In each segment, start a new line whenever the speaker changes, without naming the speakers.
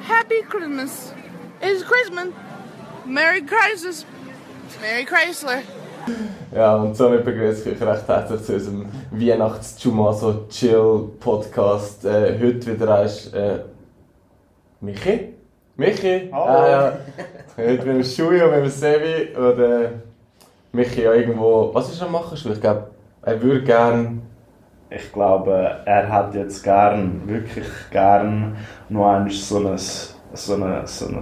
Happy Christmas. It's Christmas. Merry Christmas. Merry Chrysler.
Ja, und somit begrüße ich euch recht herzlich zu unserem weihnachts so chill podcast äh, Heute wieder ist äh, Michi. Michi?
Hallo.
Äh, heute mit dem Schui und mit dem Sevi. Und äh, Michi ja irgendwo... Was ist er am machen, Schui? Ich glaube, er würde gerne...
Ich glaube, er hat jetzt gern, wirklich gern, noch einmal so ein, so ein, so ein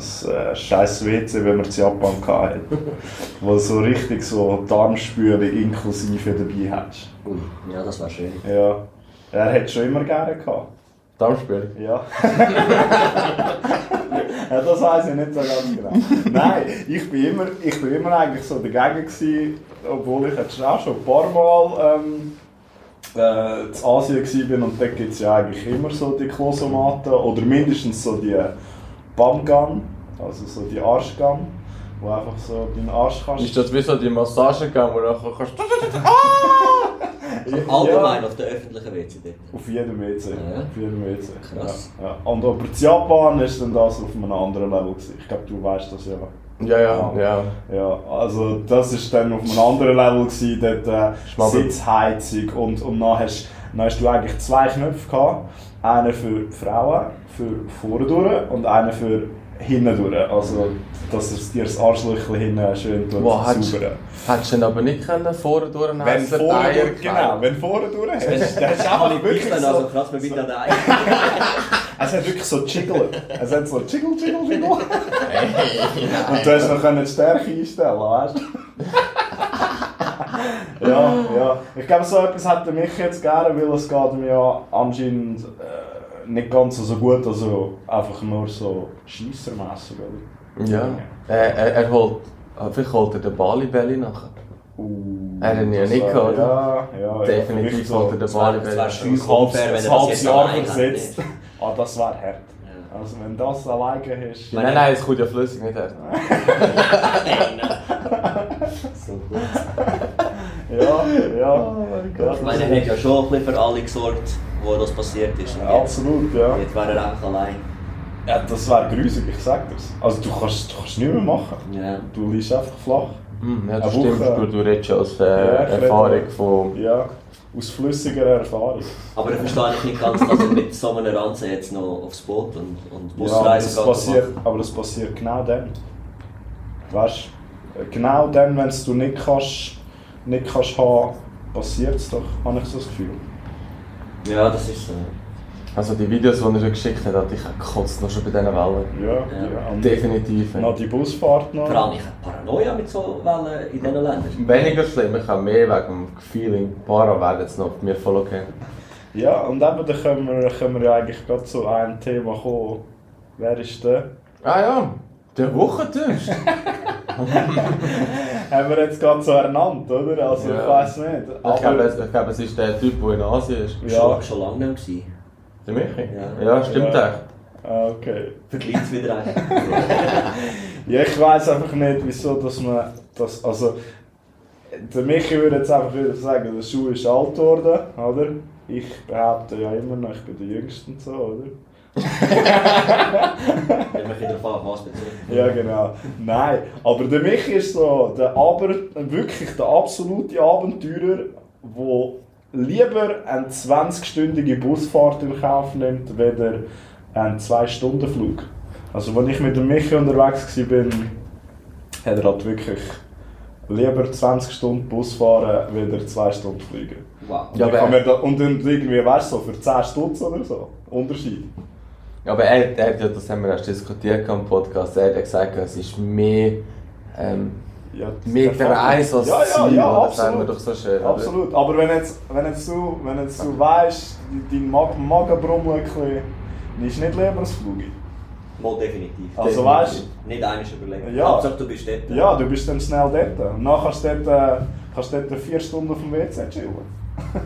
scheiß WC, wie wir es in Japan hatten. wo so richtig so Darmspüle inklusive dabei hast.
Ui, ja, das war schön.
Ja. Er hat schon immer gerne gehabt.
Darmspiel.
Ja. ja das weiß ich nicht so ganz genau. Nein, ich bin immer, ich bin immer eigentlich so dagegen gewesen, obwohl ich jetzt auch schon ein paar Mal ähm, äh, in Asien gewesen bin und dort gibt es ja eigentlich immer so die Klosomaten oder mindestens so die Bamgan, also so die Arschgan, wo einfach so deinen Arsch kannst.
Ist das wie so die Massage gegangen, wo du nachher kannst...
Allgemein auf der öffentlichen WC dort.
Auf jedem WC.
Ja.
Auf jedem WC.
Krass.
Ja. Ja. Und aber in Japan ist dann das auf einem anderen Level. Gewesen. Ich glaube, du weißt das ja.
Ja, ja, ja.
Ja, also das ist dann auf einem anderen Level gewesen, dort äh,
Schwabbel.
Sitzheizung und, und dann, hast, dann hast du eigentlich zwei Knöpfe gehabt. Einen für Frauen, für vorne durch und einen für hinten durch. Also, dass es dir das Arschlöchchen hinten schön tut,
Wow, hättest-
saubern.
Hättest du ihn aber nicht können, vorne durch einen
Wenn
heissen
vorne
Teil
durch, genau, wenn vorne durch hast, dann
Das
hast
ist
du
alle
einfach wirklich
Pichten, also
so,
krass, wir bitte an der
es hat wirklich so jiggle. Es hat so jiggle, jiggle, jiggle. und du hast noch können die Stärke einstellen, weißt du? ja, ja. Ich glaube, so etwas hätte mich jetzt gerne, weil es geht mir ja anscheinend äh, nicht ganz so gut, also einfach nur so scheissermässig, oder?
Ja. Er, er, er holt. ah, Vielleicht holt er den Bali-Belly nachher.
Uh,
Er hat ihn ja
das
nicht
wär-
gehabt,
Ja, ja, ja.
Definitiv
Vielleicht
holt er den
Das war
Bali-Belly.
schön.
ein halbes,
Unfair, wenn er das
ein halbes
jetzt
Jahr
allein hat,
versetzt.
nicht?
Ah, das wäre hart.
Ja.
Also wenn das alleine ist...
Nein, nein, es kommt ja flüssig nicht her.
Eier. So gut.
Ja, ja.
Ich meine, er hat ja schon ein bisschen für alle gesorgt, wo das passiert ist. Und
Ja, absolut, ja.
Jetzt wäre er einfach allein.
ja das wäre grusig, ich sag das. Also du kannst, du kannst nichts mehr machen.
Ja.
Du liegst einfach flach.
Hm, ja,
Eine
das stimmt.
Woche.
Du, du redest ja aus äh,
Ja, ich rede-
Erfahrung von.
Ja, aus flüssiger Erfahrung.
Aber da verstehe ich nicht ganz, dass er mit so einer Ranze jetzt noch aufs Boot und, und
Ja, aber
Busreisen
das passiert, aber das passiert genau dann. Weißt du, genau dann, wenn es du nicht kannst, nicht kannst haben, passiert es doch, habe ich so das Gefühl.
Ja, das ist so.
Also die Videos, die er schon geschickt hat, ich habe gekotzt noch schon bei diesen Wellen.
Ja,
Ja.
ja. Und
Definitiv.
noch
ey.
die Busfahrt noch.
Vor allem, ich habe Paranoia mit so Wellen in diesen Ländern.
Weniger schlimm, ich habe mehr wegen dem Feeling. Para werden jetzt noch auf mir voll okay.
Ja, und eben, da können wir, können wir ja eigentlich gerade zu einem Thema kommen. Wer ist der?
Ah ja, der Wochentürst.
Haben wir jetzt gerade so ernannt, oder? Also
Ja.
ich weiß nicht.
ich, glaube, es- ich glaube, es ist der Typ, der in Asien ist.
Ja.
Schon, schon lange nicht mehr. gewesen.
Der Michi?
Ja.
Ja, stimmt
Ja.
echt.
Ah, okay.
Vergleich's wieder einfach.
Ja, ich weiß einfach nicht, wieso dass man das. Also. Der Michi würde jetzt einfach wieder sagen, der Schuh ist alt geworden, oder? Ich behaupte ja immer noch, ich bin der Jüngste und so, oder?
Wenn man darauf an, auf was bezieht.
Ja, genau. Nein, aber der Michi ist so der aber wirklich der absolute Abenteurer, wo lieber eine 20-stündige Busfahrt in Kauf nimmt, weder einen 2-Stunden-Flug. Also, als ich mit dem Michi unterwegs war, hat er halt wirklich lieber 20 Stunden Bus fahren, weder 2 Stunden fliegen.
Wow.
Ja,
Ja,
aber-
kann mir da, und dann irgendwie, weißt du, so für 10 Stutz oder so. Unterschied.
Aber er, er hat ja, das haben wir erst diskutiert im Podcast, er hat ja gesagt, es ist mehr, ähm,
Ja,
mehr der Reise als
ja,
das
ja,
Ziel.
ja,
das sagen wir
absolut.
doch so schön. oder?
Absolut, aber wenn jetzt, wenn jetzt du, wenn jetzt du weißt, dein Mag Magenbrummeln ein bisschen, dann ist nicht lieber ein Flug.
Mal definitiv.
Also
Definitiv.
weißt
Nicht einmal überlegen.
Ja.
Hauptsache du bist dort.
du, ja, du bist dann schnell dort. Und dann kannst du dort, äh, kannst du dort vier Stunden auf dem WC chillen.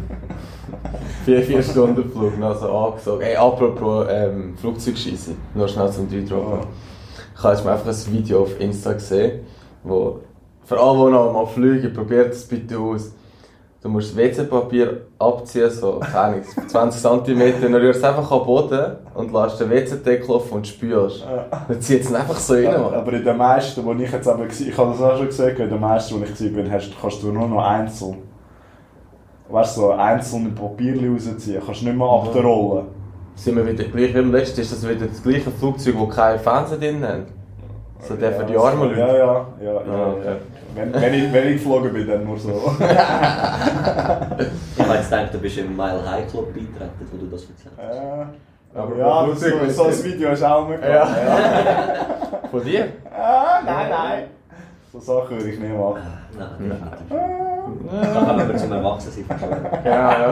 Vier, vier Stunden Flug, noch so angesagt. Ey, apropos ähm, Flugzeugschieße, nur schnell zum Deutschrocken.
Ah.
Ich habe jetzt mal einfach ein Video auf Insta gesehen, wo, für alle, die noch mal fliegen, probiert es bitte aus. Du musst das WC-Papier abziehen, so, keine Ahnung, 20 cm, dann rührst du es einfach am Boden und lässt den WC-Deckel offen und spülst. Dann zieht es ihn einfach so rein,
Aber,
Mann.
aber in den meisten, wo ich jetzt eben war, ich habe das auch schon gesagt, in den meisten, wo ich war, hast, kannst du nur noch einzeln. Weißt du, so einzelne Papierchen rausziehen, kannst nicht mehr abrolle.
Sind wir wieder gleich wie im letzten, ist das wieder das gleiche Flugzeug, wo keinen Fernseher drin hat? So der für die armen Leute.
Ja, ja, ja. ja,
Ah, okay.
ja. Wenn, wenn, ich, wenn ich geflogen bin, dann nur so.
Ich habe jetzt gedacht, du bist im Mile High Club beitreten, wo du das erzählst.
Äh,
Aber
ja,
wo-
so, so ein Video ist auch immer
Ja.
gemacht. Ja.
Von dir?
Ah, nein, nein. So Sachen würde ich nicht machen.
Ah, Nein, definitiv. Da kann man aber zum Erwachsensein verstehen.
Ja, ja.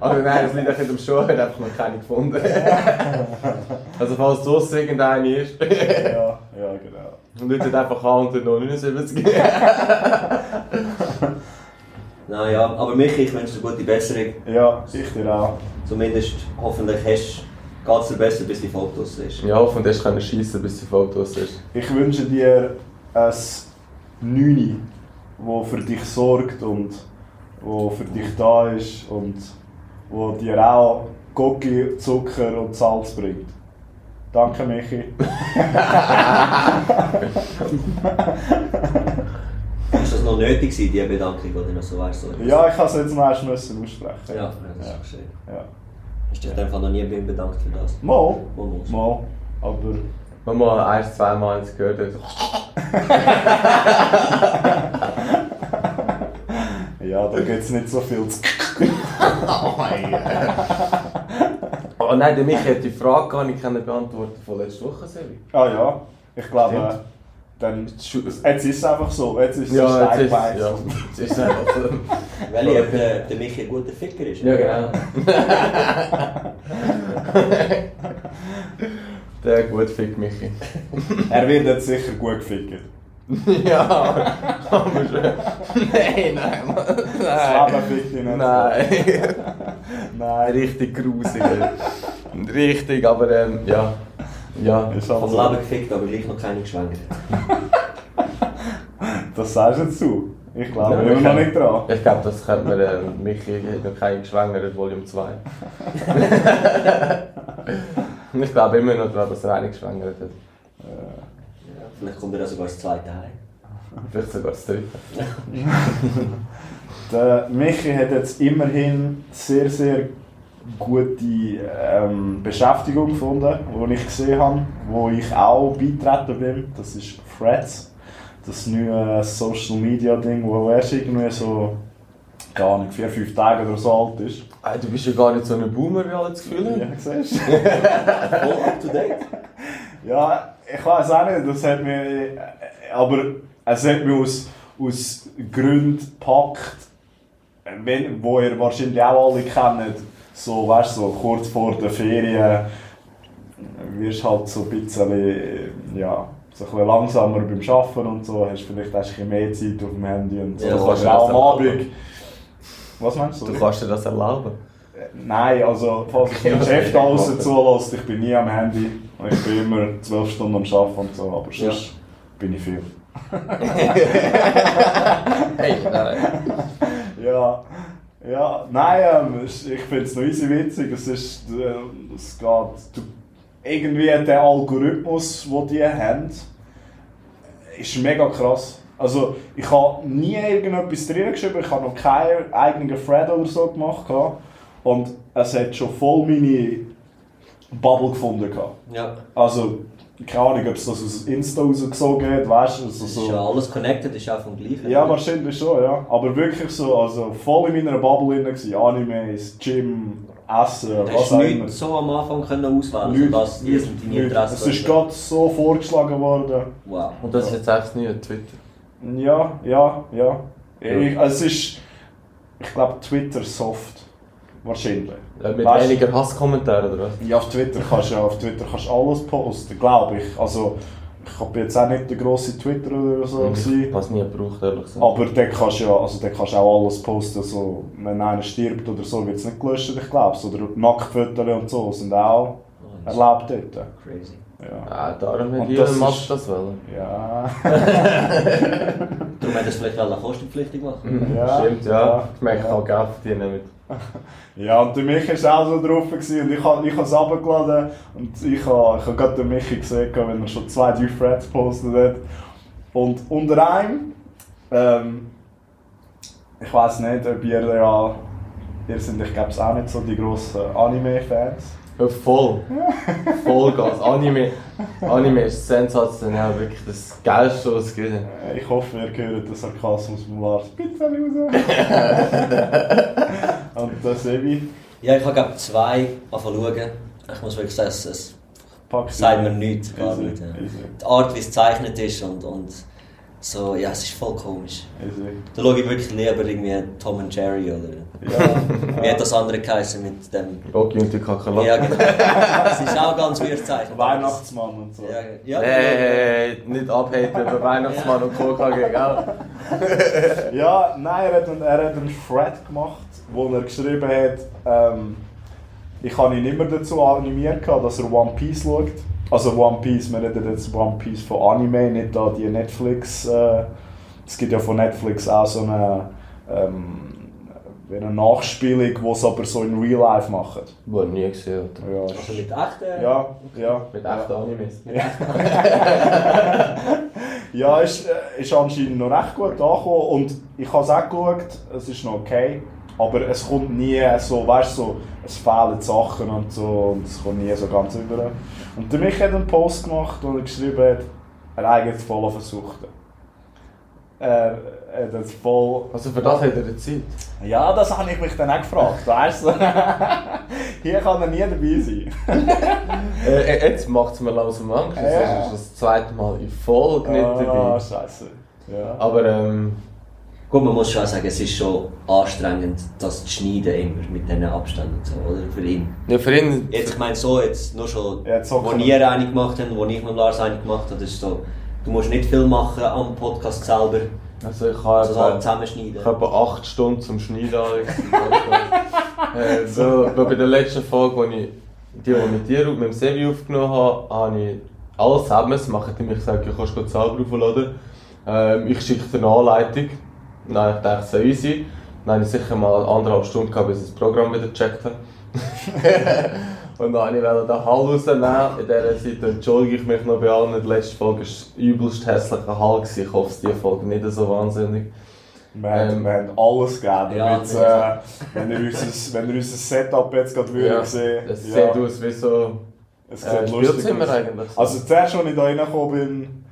Aber nein, das liegt einfach in dem Schuh, hat einfach noch keine gefunden. Also falls so irgendeine ist,
Ja, ja, genau.
läutet einfach an unter 79.
Naja, aber Michi, ich wünsche dir gute Besserung.
Ja, ich dir auch.
Zumindest hoffentlich hast, geht es dir besser, bis die Folge draussen ist.
Ja, von der können schießen, bis die Folge draus ist.
Ich wünsche dir ein Nüni, wo für dich sorgt und wo für dich da ist und wo dir auch Gocki, Zucker und Salz bringt. Danke, Michi.
Ist das noch nötig gewesen, die Bedankung, oder noch so weißt du?
Ja, ich kann es jetzt noch erst müssen aussprechen.
Ja, ja, das ist schön.
ja.
Hast du dich einfach noch nie bei ihm bedankt für das?
Mal,
Wo muss?
mal, aber
Wenn man ein, zwei Mal eins gehört hat.
ja, da gibt es nicht so viel zu...
Oh nein, der Michi hat die Frage gar nicht können beantworten von letzter Woche, Sevi.
Ah ja, ich glaube,
Stimmt.
dann...
Schu-
Jetzt ist es einfach so, jetzt ist es
Ja,
ein
jetzt ist
Steinbein.
ja, jetzt ist einfach so.
Weil ich, ob der, der Michi ein guter Ficker ist.
Ja, genau. Der gut fickt Michi.
Er wird jetzt sicher gut gefickt.
Ja, aber schon. Nein, nein, Mann.
Das Leben fickt ihn nicht.
Nein.
Nein.
Richtig grusig. Richtig, aber ähm, ja. Ja.
Ist
Vom
also,
Leben gefickt, aber gleich noch keine geschwängert.
das sagst jetzt du. Ich glaube
Ja,
immer
wir
noch
können-
nicht dran.
Ich glaube, das könnte man. Ähm, Michi hat noch keinen geschwängert, Volume 2. ich glaube immer noch daran, dass er einen geschwängert hat.
Ja. Vielleicht kommt er sogar das zweite heim.
Vielleicht sogar das dritte.
Der Michi hat jetzt immerhin sehr, sehr gute ähm, Beschäftigung gefunden, die ich gesehen habe, wo ich auch beitreten bin. Das ist Threads. Das neue Social Media Ding, wo erst irgendwie so, keine Ahnung, vier, fünf Tage oder so alt ist.
Ah, Du bist ja gar nicht so ein Boomer, wie alle das Gefühl haben.
Ja, siehst du?
Voll up to date.
Ja, ich weiß auch nicht, das hat mir. Aber es hat mich aus, aus Gründen gepackt, wenn, wo ihr wahrscheinlich auch alle kennt. So, weißt du, so kurz vor der Ferien wirst halt so ein bisschen, ja, so ein bisschen langsamer beim Arbeiten und so. Hast vielleicht hast du ein bisschen mehr Zeit auf dem Handy und so.
Ja, du
kannst
Oder auch
das
am
erlauben.
Abend. Was meinst du?
Du kannst dir das erlauben.
Nein, also falls ich mein
Okay,
Chef
okay.
da draußen zulässt, ich bin nie am Handy. Ich bin immer zwölf Stunden am Arbeiten und so, aber sonst
Ja.
bin ich viel.
Hey, nein.
Ja, ja, nein, ähm, es- ich finde es noch easy witzig. Es ist, äh, es geht, du, irgendwie der Algorithmus, den die haben, ist mega krass. Also ich habe nie irgendetwas drin geschrieben, ich habe noch keinen eigenen Thread oder so gemacht. gehabt. Und es hat schon voll meine Bubble gefunden. gehabt.
Ja.
Also, keine Ahnung, ob es das aus Insta rausgezogen hat, weißt du? Also,
Das ist
so.
ja alles connected, ist auch vom gleichen.
Ja, wahrscheinlich schon, ja. Aber wirklich so, also voll in meiner Bubble drin gewesen. Animes, Gym, Essen,
Du
was
hast
auch
nichts Also,
immer.
so am Anfang können auswählen
Nichts,
können, dass die sind deine
nichts.
Interessen.
Es ist gerade so vorgeschlagen worden.
Wow.
Und das ist jetzt echt nicht Twitter.
Ja, ja, ja. Ich, also, es ist, ich glaube, Twitter soft. Wahrscheinlich.
Äh, Mit
Weißt-
weniger Hasskommentaren, oder was?
Ja, auf Twitter kannst du ja, auf Twitter kannst du alles posten, glaube ich. Also, ich hab jetzt auch nicht der grosse Twitter oder so gewesen.
Ich habe es nie gebraucht, ehrlich gesagt.
Aber dann kannst du ja, also dann kannst du auch alles posten, so, wenn einer stirbt oder so, wird es nicht gelöscht, ich glaube Oder Nacktfotos und so sind auch erlaubt dort.
Crazy.
Ja.
Ah, darum
Und
hat jeder
das ist-
Matsch das wollen.
Ja.
Darum hätte er es vielleicht wollen kostenpflichtig machen
Ja.
Stimmt, ja. Ich merke auch gar die nicht.
Ja, und der Michi war auch so drauf gewesen, und ich habe ich es runtergeladen und ich habe ich hab gerade den Michi gesehen, gehabt, wenn er schon zwei, drei Threads gepostet hat. Und unter einem, ähm, ich weiß nicht, ob ihr ja, ihr seid, ich glaube es auch nicht so die grossen Anime-Fans.
Ja, voll. Vollgas. Anime. Anime ist sensationell, wirklich das Geilste, was es gibt.
Äh, Ich hoffe, ihr hört den Sarkasmus von Lars. Bitte raus! und das Evi
Ja, ich habe glaube zwei anfangen zu schauen. Ich muss wirklich sagen, es, es
packt
sagt mir nichts, gar
Easy,
nicht. Ja.
easy,
Die Art, wie es gezeichnet ist und, und so, ja, es ist voll komisch.
easy.
Da schaue ich wirklich lieber irgendwie Tom und Jerry oder
Ja,
wie
ja.
hat das andere geheißen mit dem...
Rocky und die Kakerlake.
Ja, genau. Es ist auch ganz weird gezeichnet.
Weihnachtsmann und so.
Ja, ja.
Hey, nicht abhaten über Weihnachtsmann und KKG, gell?
Ja, nein, er hat einen, er hat einen Thread gemacht, wo er geschrieben hat, ähm, ich habe ihn immer dazu animiert, gehabt, dass er One Piece schaut. Also One Piece, wir reden jetzt One Piece von Anime, nicht da die Netflix. Äh, es gibt ja von Netflix auch so eine, ähm, wie eine Nachspielung, die es aber so in Real Life machen.
War nie gesehen, oder?
Ja,
Also mit echten...
ja. ja.
Mit echten Animes.
Ja, ist, äh, ist anscheinend noch recht gut angekommen und ich habe es auch geschaut, es ist noch okay, aber es kommt nie so, weißt du, so, es fehlen Sachen und so und es kommt nie so ganz über. Und der Mich hat einen Post gemacht und er geschrieben hat, er eignet es voll auf Versuchte. Er hat es voll...
Also für das hat er die Zeit.
Ja, das habe ich mich dann auch gefragt, weißt du. Hier kann er nie dabei sein.
Äh, äh, jetzt macht es mir langsam Angst. Es
Ja.
ist das zweite Mal in Folge nicht
Ah,
dabei.
scheiße. Ja.
Aber ähm,
Gut, man muss schon sagen, es ist schon anstrengend, das zu schneiden immer mit diesen Abständen und so, oder? Für ihn.
ja, für ihn
Jetzt, ich meine, so jetzt nur schon,
Ja, jetzt
wo
hocken wir-
ihr eine gemacht habt, wo ich mit Lars eine gemacht habe, das ist so, du musst nicht viel machen am Podcast selber,
Also ich habe
also so
etwa, ich
zusammenschneiden.
habe etwa 8 Stunden zum Schneiden. Alex. äh, so, bei der letzten Folge, wo ich die, die ich mit dir und mit dem Sevi aufgenommen habe, habe ich alles zusammen, das machen die mich sagen, du kannst gut selber aufladen. Ähm, ich schicke dir eine Anleitung. Nein, ich dachte, es sei easy. Dann habe ich sicher mal anderthalb Stunden gehabt, bis ich das Programm wieder gecheckt habe. und dann wollte ich wollte den Hall rausnehmen. In dieser Seite entschuldige ich mich noch bei allen. Die letzte Folge war übelst hässlicher Hall. gewesen. Ich hoffe, es ist diese Folge nicht so wahnsinnig.
Wir haben,
Ähm,
wir haben alles gegeben,
Ja,
damit, äh, wenn, ihr unser, wenn ihr unser Setup jetzt gerade würdet
Ja,
sehen
Es
ja,
sieht aus wie so.
es sieht
Äh,
lustig
Spielzimmer
aus.
eigentlich.
Also zuerst, als ich da reingekommen bin,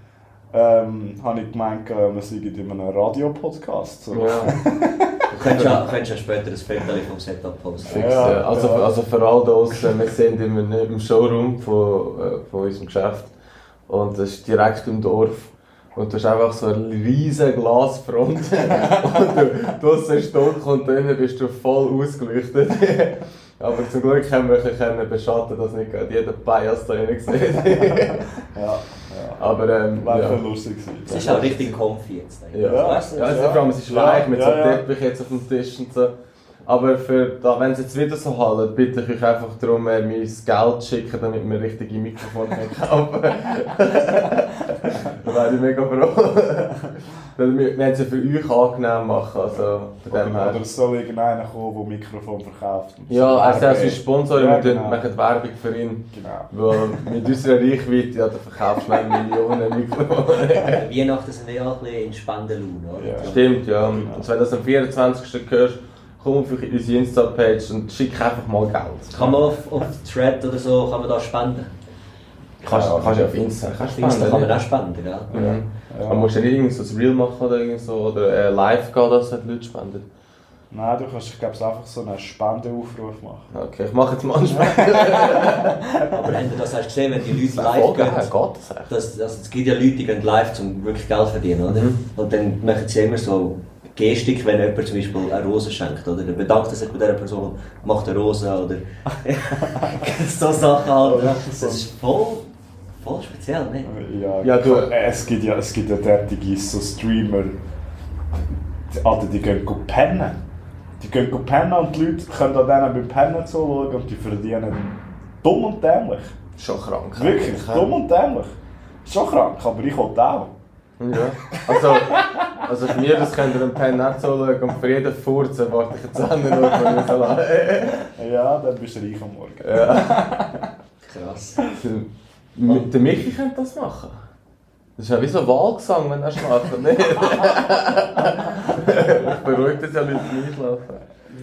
ähm, habe ich gemeint, äh, wir seien in einem Radiopodcast. So.
ja,
Du könntest ja, könntest ja später ein Foto vom Setup posten.
fix,
Ja,
ja. Also,
ja.
also für all das, äh, wir sind im, im Showroom von, äh, von unserem Geschäft und das ist direkt im Dorf. Und du hast einfach so eine riesige Glasfront. und du, draussen ist dunkel und drinnen bist du voll ausgeleuchtet. Aber zum Glück haben wir ein bisschen beschatten, dass nicht gerade jeder Bias da drin sieht.
Ja, ja.
Aber ähm,
Wäre
ja. halt
schon lustig gewesen.
Es ist auch richtig comfy jetzt. eigentlich.
Ja.
Also, weißt du,
Ja, also vor allem, es ist
Ja,
weich mit so
ja, ja.
Teppich jetzt auf dem Tisch und so. Aber für da, wenn es jetzt wieder so hallt, bitte ich euch einfach darum, äh, mir das Geld zu schicken, damit wir richtige Mikrofone können kaufen Da wäre ich mega froh. Weil wir, wir haben es ja für euch angenehm machen, also von dem
Oder,
her.
genau. oder es soll irgendeiner kommen, der Mikrofon verkauft. Und
Ja,
so.
also er ist
Okay.
unser Sponsor,
Ja,
wir tun-
genau.
machen Werbung für ihn.
Genau.
Weil mit unserer Reichweite, ja, da verkaufst du dann Millionen Mikrofone.
Weihnachten sind wir auch ein bisschen in Spendenlaune, oder?
Ja.
Stimmt, ja. Und wenn du das am 24. hörst, komm auf unsere Insta-Page und schick einfach mal Geld.
Kann man auf, auf Thread oder so, kann man da spenden?
Kannst du kannst ja auf Insta, kannst du
Insta kann man
spenden.
auch spenden, gell?
Mhm.
Ja.
Man muss ja nicht irgendwie so ein Reel machen oder, irgendwie so, oder äh, live gehen, dass die Leute spenden.
Nein, du kannst, ich glaube, einfach so einen Spendenaufruf machen.
Okay, ich mache jetzt mal einen Spenden.
Aber habt ihr das hast gesehen, wenn die Leute
Voll
live
geil,
gehen?
geht das echt?
Das, also es gibt ja Leute, die gehen live, um wirklich Geld zu verdienen, oder? Und dann machen sie immer so Gestik, wenn jemand zum Beispiel eine Rose schenkt, oder? Dann bedankt er sich bei dieser Person, macht eine Rose, oder... so Sachen halt, ja. Das ist voll, voll speziell, ne?
Ja,
Ja, du-
äh, es gibt ja, es gibt ja derartige so Streamer, die, Alter, die gehen go pennen. Die gehen go pennen und die Leute können an denen beim Pennen zuschauen und die verdienen dumm und dämlich.
Schon krank.
Wirklich,
Ja.
dumm und dämlich. Schon krank, aber ich wollte auch.
Ja. Also, also für mich, das könnt ihr dem Pen nicht so schauen. Und für jeden Furzen warte ich jetzt an, wenn ich so lache.
Ja, dann bist du reich am Morgen.
Ja.
Krass.
Der- Mit der Michi könnte das machen. Das ist ja wie so ein Wahlgesang, wenn er schlafen. Nee. Beruhigt es ja Leute nicht schlafen.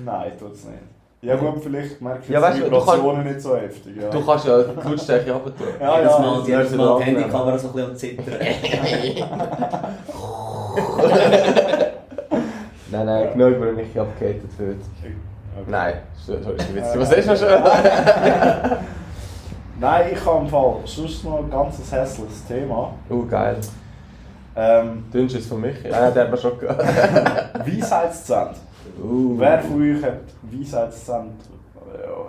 Nein, tut's nicht. Ja gut, vielleicht merke ich
Ja,
jetzt die
weißt du, du kannst-
Vibrationen nicht so heftig. Ja.
Du kannst ja die Lautstärke runter tun.
Ja,
Jedes
ja.
Mal, jedes
Ah, Ja,
Mal die
ja.
Handykamera so ein bisschen am Zittern.
Nein, nein, genau über den Michi abgehatet wird.
Okay.
Nein, sorry, das ist ein Witz. Was ist das schon?
Nein, ich habe im Fall sonst noch ein ganz hässliches Thema.
Oh, geil.
Ähm,
Dünsch ist von Michi. Ah, der hat mir schon gehört.
Weisheitszent.
Uh.
Wer von euch hat Weisheitszent?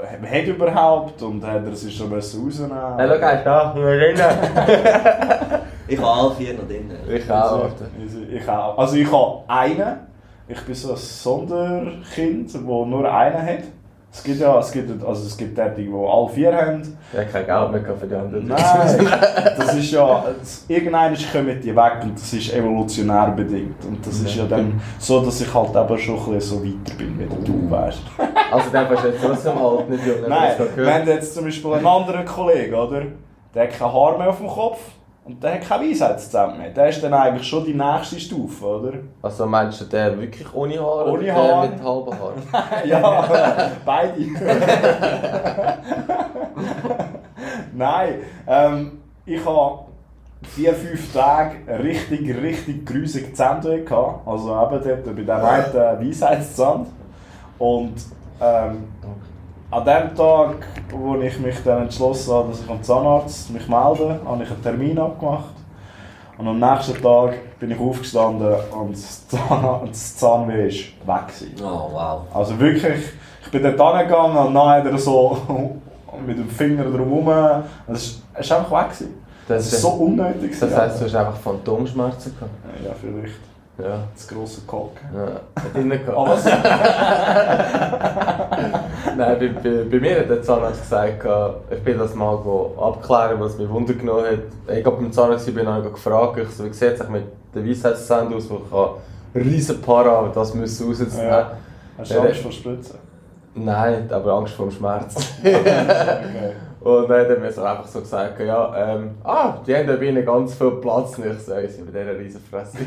äh, Hat überhaupt und hat er sich schon müssen rausnehmen
Hallo, geil, da. Wir reden.
Ich habe alle vier noch drin.
Ich auch,
Also,
warte.
ich- ich auch. Also ich habe einen. Ich bin so ein Sonderkind, wo nur einen hat. Es gibt ja, es gibt, also es gibt dort, die alle vier haben.
Ich habe kein Geld mehr für die anderen.
Nein, das ist ja, irgendwann kommen die weg und das ist evolutionär bedingt. Und das ist ja dann so, dass ich halt eben schon ein bisschen so weiter bin, wie du weißt.
Also, der ist jetzt aus dem Alten, nicht jung.
Nein, wir haben
Nein.
jetzt zum Beispiel einen anderen Kollegen, oder? Der hat kein Haar mehr auf dem Kopf und der hat keine Weisheitszähne mehr. Der ist dann eigentlich schon die nächste Stufe, oder?
Also, meinst du den wirklich ohne Haare
Ohne
oder
Haare.
den mit halben Haaren?
Ja, beide. Nein, ähm, ich habe vier, fünf Tage richtig, richtig grusige Zähne gehabt. Also eben dort bei dem einen Weisheitszahn. Und ähm, an dem Tag, wo ich mich dann entschlossen habe, dass ich am Zahnarzt mich melde, habe ich einen Termin abgemacht. Und am nächsten Tag bin ich aufgestanden und das Zahn- das Zahnweh ist weg. Gewesen.
Oh, wow.
Also wirklich, ich bin dort hingegangen und dann hat er so mit dem Finger drum herum. Es war einfach weg. Gewesen.
Das,
Es war so unnötig.
das
gewesen.
heisst, du hast einfach Phantomschmerzen gehabt.
Ja, vielleicht.
Ja.
Das grosse Kalken.
Ja, hat ihn nicht
Aber
gehabt.
was?
Nein, bei, bei, bei mir hat der Zahnarzt gesagt, äh, ich bin das mal go abklären, was mich Wunder genommen hat. Ich habe beim Zahnarzt bin ich dann gefragt, ich so, wie sieht es eigentlich mit der Weisheitszähne aus, wo ich habe riesen Para, aber das müssen rausnehmen.
Ja. Hast du
Ja,
Angst
der-
vor Spritzen?
Nein, aber Angst vor dem Schmerz.
Okay.
Und dann hat er mir so einfach so gesagt, ja, ähm, ah, die haben da ihnen ganz viel Platz. Und ich so, sie bei dieser riesen Fresse.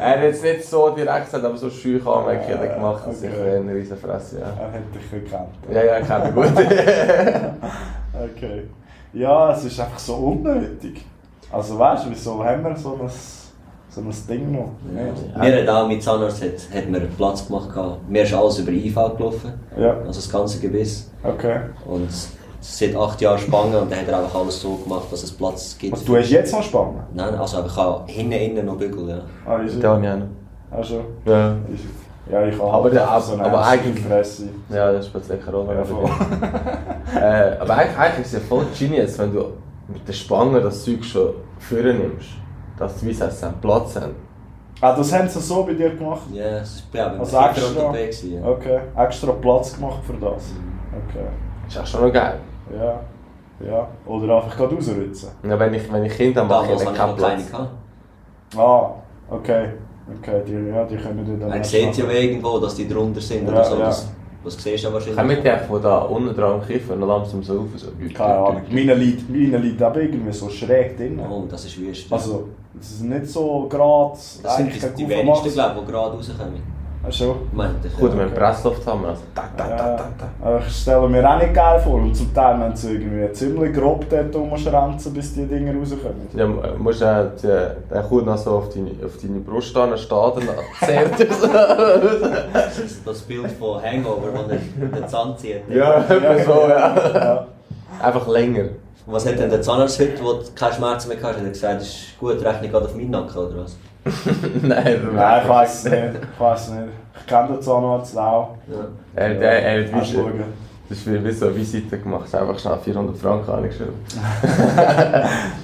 er hat jetzt nicht so direkt gesagt, aber so scheu kam er hat er gemacht, dass ich
Okay.
eine riesen Fresse, ja.
Er hat dich gekannt.
Ja, ja, ich habe gut.
Okay. Ja, es ist einfach so unnötig. Also weißt du, wieso haben wir so ein, so ein Ding noch? Nicht?
Wir haben auch mit Zahnarzt hat, hat mir Platz gemacht. gehabt. Mir ist alles über IV gelaufen.
Ja,
Also das ganze Gebiss.
okay.
Und seit acht Jahren Spangen und dann hat er einfach alles so gemacht, dass es Platz gibt.
Und du hast jetzt noch Spangen?
Nein, also ich habe hinten innen noch Bügel, ja.
Ah, easy.
Ja, ja.
Also,
Ja,
easy. Ja, ich habe
Aber der-
einfach so eine
aber
hässliche
eigentlich-
Fresse.
ja das spielt sicher auch noch
Ja,
eine
voll.
Rolle. äh, Aber eigentlich, eigentlich ist es ja voll genius, wenn du mit der Spange das Zeug schon führen nimmst. Dass die Weisheitszähne Platz haben.
Ah, das haben sie so bei dir gemacht?
Ja, es ist ja, wir
Also
waren
extra?
sicher unterwegs. Ja.
Okay, extra Platz gemacht für das? Okay,
Ist auch schon noch geil.
ja. Ja, oder einfach gerade rausritzen.
Ja, wenn ich, wenn ich Kinder mache,
Damals
dann
hatte
keinen
ich noch keine.
Platz.
gehabt.
Ah, okay. Okay, die, ja, die können dir dann...
Man
erst
sieht ja
machen.
irgendwo, dass die drunter sind
Ja,
oder so.
ja.
Das, das siehst du ja
Ich habe
wahrscheinlich.
mit der, der da unten dran am Kiffen und langsam so rauf. So.
Keine Ahnung, meine liegt, meine liegt aber irgendwie so schräg drin.
Oh, das ist wüst.
Also, es ist nicht so gerade...
das sind
eigentlich
die,
kein
die
Kuchen
wenigsten,
macht.
glaube ich, die gerade rauskommen.
Ach so.
Ich meine, das-
Gut, wir haben Pressluft haben wir. Also, tak, tak, tak,
Ja,
tak, tak.
aber ich stelle mir auch nicht geil vor. Und zum Teil müssen sie irgendwie ziemlich grob dort rumschränzen, bis die Dinger rauskommen.
Ja, mu- musst du den, den Kuh noch so auf deine, auf deine Brust an, steht und dann zerrt er so.
Das
dus.
ist das Bild von Hangover, wo er den Zahn zieht.
ja, etwa so, ja.
ja.
Einfach länger.
Und was hat denn der Zahnarzt heute, wo du keine Schmerzen mehr hast? Hat er gesagt, das ist gut, Rechnung geht auf meinen Nacken oder was?
Nein,
Nein, ich weiß es nicht. Ich weiß es nicht. Ich kenne den Zahnarzt auch. Äh,
Ja.
Er, er, er, hat
Kannst
wie-
schauen.
Das ist wie wie so eine Visite gemacht, einfach schnell 400 Franken angeschrieben.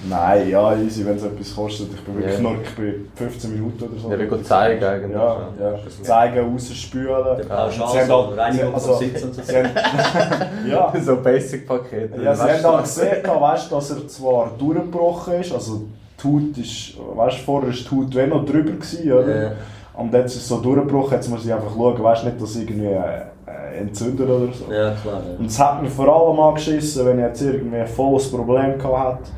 Nein, ja, easy, wenn es etwas kostet. Ich bin wirklich
Ja.
nur ich bin 15 Minuten oder so.
Ja, wir gehen zeigen eigentlich.
Ja,
eh.
ja. Zeigen, rausspülen.
Der Pauschal,
Sie haben
so
halt-
Reinigung
sie-
vom
also-
Sitz und so.
Sie haben, ja,
So Basic-Pakete.
ja, sie haben da gesehen, weißt, dass er zwar durchgebrochen ist, also die Haut ist, weißt, vorher war die Haut wenn noch drüber, gewesen, oder?
Ja.
Und jetzt ist es so durchgebrochen, jetzt muss ich einfach schauen, weißt nicht, dass irgendwie äh, äh, entzündet oder so.
Ja, klar. Ja.
Und es hat mich vor allem angeschissen, wenn ich jetzt irgendwie ein volles Problem gehabt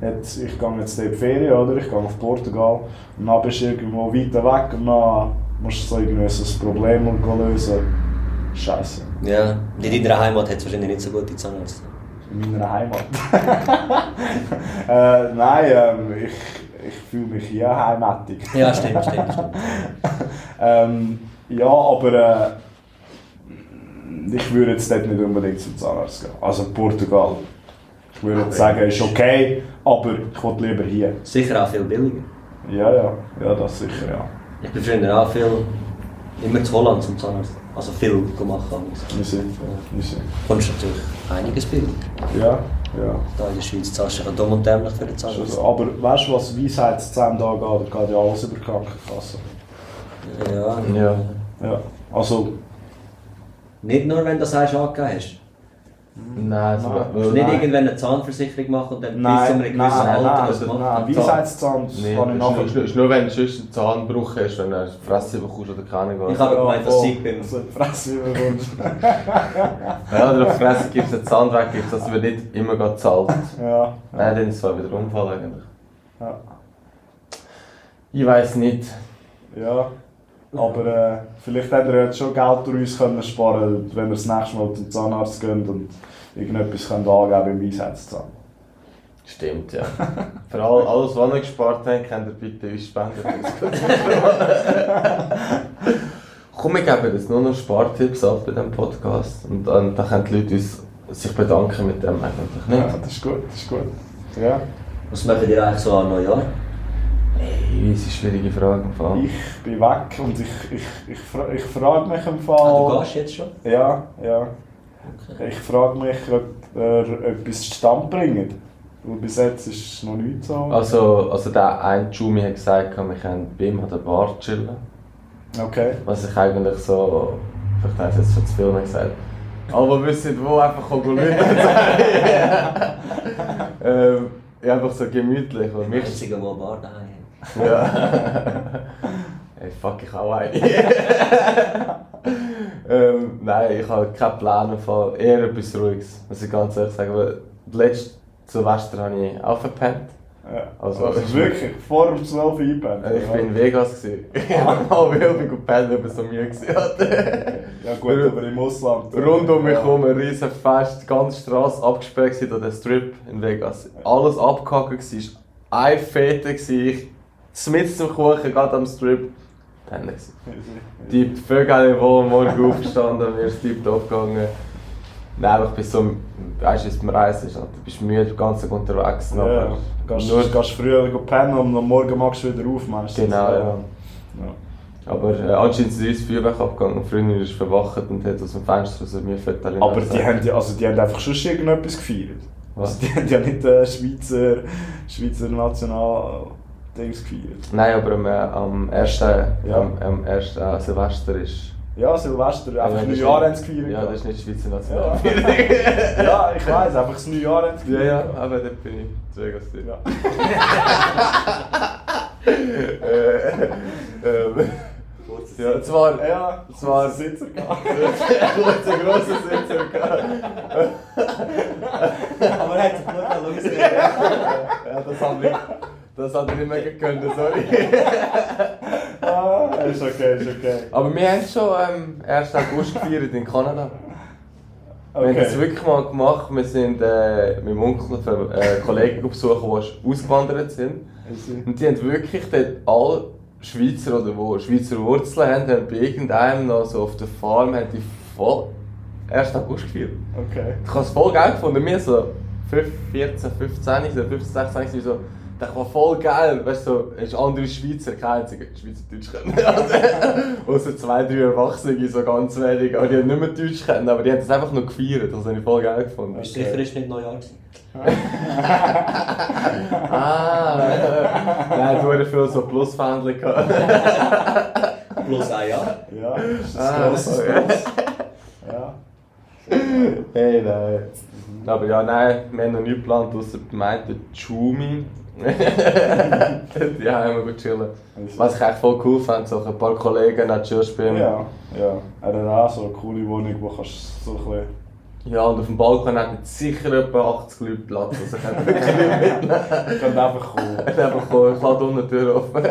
hätte. Jetzt, ich gehe jetzt dort in die Ferien, oder? Ich gehe auf Portugal. Und dann bist du irgendwo weiter weg und dann musst du so irgendwie so ein Problem lösen. Scheiße.
ja. Und in deiner Heimat hat es wahrscheinlich nicht so gute Zahnärzte.
In meiner Heimat. äh, nein, ähm, ich, ich fühle mich hier heimatig.
Ja, stimmt, stimmt, stimmt.
Ähm, ja, aber äh, ich würde jetzt dort nicht unbedingt zum Zahnarzt gehen. Also Portugal. Ich würde jetzt sagen, ist okay, aber ich will lieber hier.
Sicher auch viel billiger.
Ja, ja, ja, das sicher, ja.
Ich bin früher auch viel, immer zu Holland zum Zahnarzt. Also viel gemacht haben.
Wir sind, wir sind.
Kommst natürlich einiges billiger.
Ja, ja.
Da in der Schweiz zahlst du ja dumm und dämlich für den Zahnarzt.
Also, aber weißt du, was Weisheit zu 10 Tagen geht? Da geht ja alles über die Krankenkasse.
Ja.
Ja.
Ja, also,
Nicht nur, wenn du das eins angegeben hast.
Nein, so
Nein.
Du musst
Nein.
nicht irgendwann eine Zahnversicherung machen und dann bis zu
nein,
einem
nein,
gewissen
nein,
Alter das
nein,
machen.
nein. Weisheitszahn
Nee,
kann ich
das ist,
nachher...
nur, ist nur wenn du sonst einen Zahnbruch hast, wenn du eine Fresse bekommst oder keine Ahnung was.
Ich hab- Aber gemeint, dass
voll.
ich bin.
So, die also, Fresse überrundet.
Ja, oder auf die Fresse gibst du einen Zahn weg, gibst, dass man nicht immer gerade zahlt.
Ja,
Nein, dann ist es zwar wieder Unfall eigentlich.
ja.
Ich weiß nicht.
Ja, aber äh, vielleicht hätte er jetzt schon Geld durch uns können sparen wenn er das nächste Mal zum Zahnarzt geht und irgendetwas könnt angeben im Weisheitszahn.
Stimmt, ja. Für all, alles, was ihr gespart habt, könnt ihr bitte uns spenden. Komm, wir geben jetzt nur noch Spartipps ab bei diesem Podcast. Und dann, dann können die Leute uns, sich bedanken mit dem eigentlich.
Ja,
Nicht?
das ist gut, das ist gut. Ja,
Was machen die eigentlich so an Neujahr?
Hey, das ist eine schwierige Frage. im Fall.
ich bin weg und ich, ich, ich, fra- ich frage mich im
Ah, du
Fall...
gehst jetzt schon?
Ja, ja. Ich frage mich, ob er etwas zustande bringt. Weil bis jetzt ist noch nichts so.
Also, also der eine Jumi hat gesagt, wir können bei ihm an der Bar chillen.
Okay.
Was ich eigentlich so. Vielleicht habe ich es jetzt schon zu viel gesagt. Aber wir wissen wo, einfach auch gut Leute ähm, ja, einfach so gemütlich. Und
Der
mich,
Einzige, der eine Bar daheim hat.
ja. Ey, fuck, ich auch ein. ähm, nein, ich habe keinen Plan. im Fall. Eher etwas Ruhiges. Muss ich ganz ehrlich sagen. Weil das letzte Silvester habe ich auch verpennt.
Ja.
Also-
Äh, Also, wirklich, vor dem 12 Uhr
Äh,
einpennen.
Ich war in Vegas. gewesen. Ich habe wirklich gepennt, weil ich so müde war.
Ja gut, aber im Ausland.
Rund um mich
Ja.
herum ein riesen Fest, die ganze Straße abgesperrt gewesen durch den Strip in Vegas. Alles abgehackt gewesen, eine Fete gewesen, ich mitten zum Kuchen, gerade am Strip. Dann gewesen. Die Vögel, die am Morgen aufgestanden mir ist tiptop gegangen. Nein, aber ich bin so, weißt du, wie es beim Reisen ist, Alter. du bist müde, den ganzen Tag unterwegs.
Ja,
aber
gehst,
nur,
gehst früher go pennen und am Morgen machst du wieder auf meistens.
Genau, ja.
Ja.
aber äh, anscheinend sind uns Feuerwerk abgegangen und Freundin ist verwacht und hat aus dem Fenster so mir Fotos
Aber die haben, ja- also die haben einfach schon irgendetwas gefeiert. Also
Was?
die haben ja nicht äh, Schweizer, Schweizer eh, National-Dings gefeiert.
Nein, aber am, äh, am ersten,
Ja.
am, am ersten äh, Silvester ist.
Ja, Silvester, einfach
das
ja,
ist
Neujahr haben
nicht-
sie gefeiert.
Ja, das ist nicht Schweizer
ja.
National.
ja, ich weiss, einfach das Neujahr haben sie
Ja,
gefeiert.
ja, aber dort bin ich zu Vegas.
Ja.
Äh, ähm, ja, zwar.
Ja,
Es war-
Sitzer
Kurze, grosse Sitzung.
Aber er hat sich nur losgelassen.
Ja, das haben wir. Das hat er nicht mehr gekonnt, sorry.
Ah, ist okay, ist okay.
Aber wir haben schon ähm, 1. August gefeiert in Kanada. Wir haben das
Okay.
wirklich mal gemacht. Wir sind äh, mit meinem Onkel für, äh, Kollegen besuchen, die ausgewandert sind. Und die haben wirklich dort alle Schweizer oder wo Schweizer Wurzeln haben, haben bei irgendeinem noch so auf der Farm haben die voll 1. August gefeiert.
Okay.
Ich habe es voll geil gefunden. Wir so 5, 14, 15, so 15, 16, so. Ich war voll geil, weißt du, so, ist andere Schweizer, kein einziger Schweizerdeutsch können. Also, Außer zwei, drei Erwachsene, so ganz wenig, aber die haben nicht mehr Deutsch kennen, aber die haben das einfach noch gefeiert, das habe ich voll geil gefunden.
Bist du sicher, es war nicht Neujahr? gewesen?
Ah, äh, nein, du hattest viel so Plusfähnchen gehabt.
Plus ein Jahr.
Ja, das ist ein
Ah,
grosses
okay.
Plus. Ja.
Hey, nein. Aber ja, nein, wir haben noch nichts geplant, außer die meinte Chumi. ja, haben wir gut chillen. Was ich eigentlich voll cool fand, so ein paar Kollegen an Chill spielen.
Ja, ja. Er hat auch so eine coole Wohnung, wo kannst so ein bisschen...
Ja, und auf dem Balkon hatten sicher etwa 80 Leute Platz. Also ich hätte wirklich nicht mitnehmen.
Ich könnte einfach kommen.
Ich habe einfach gekommen, ich lasse unten die Tür offen.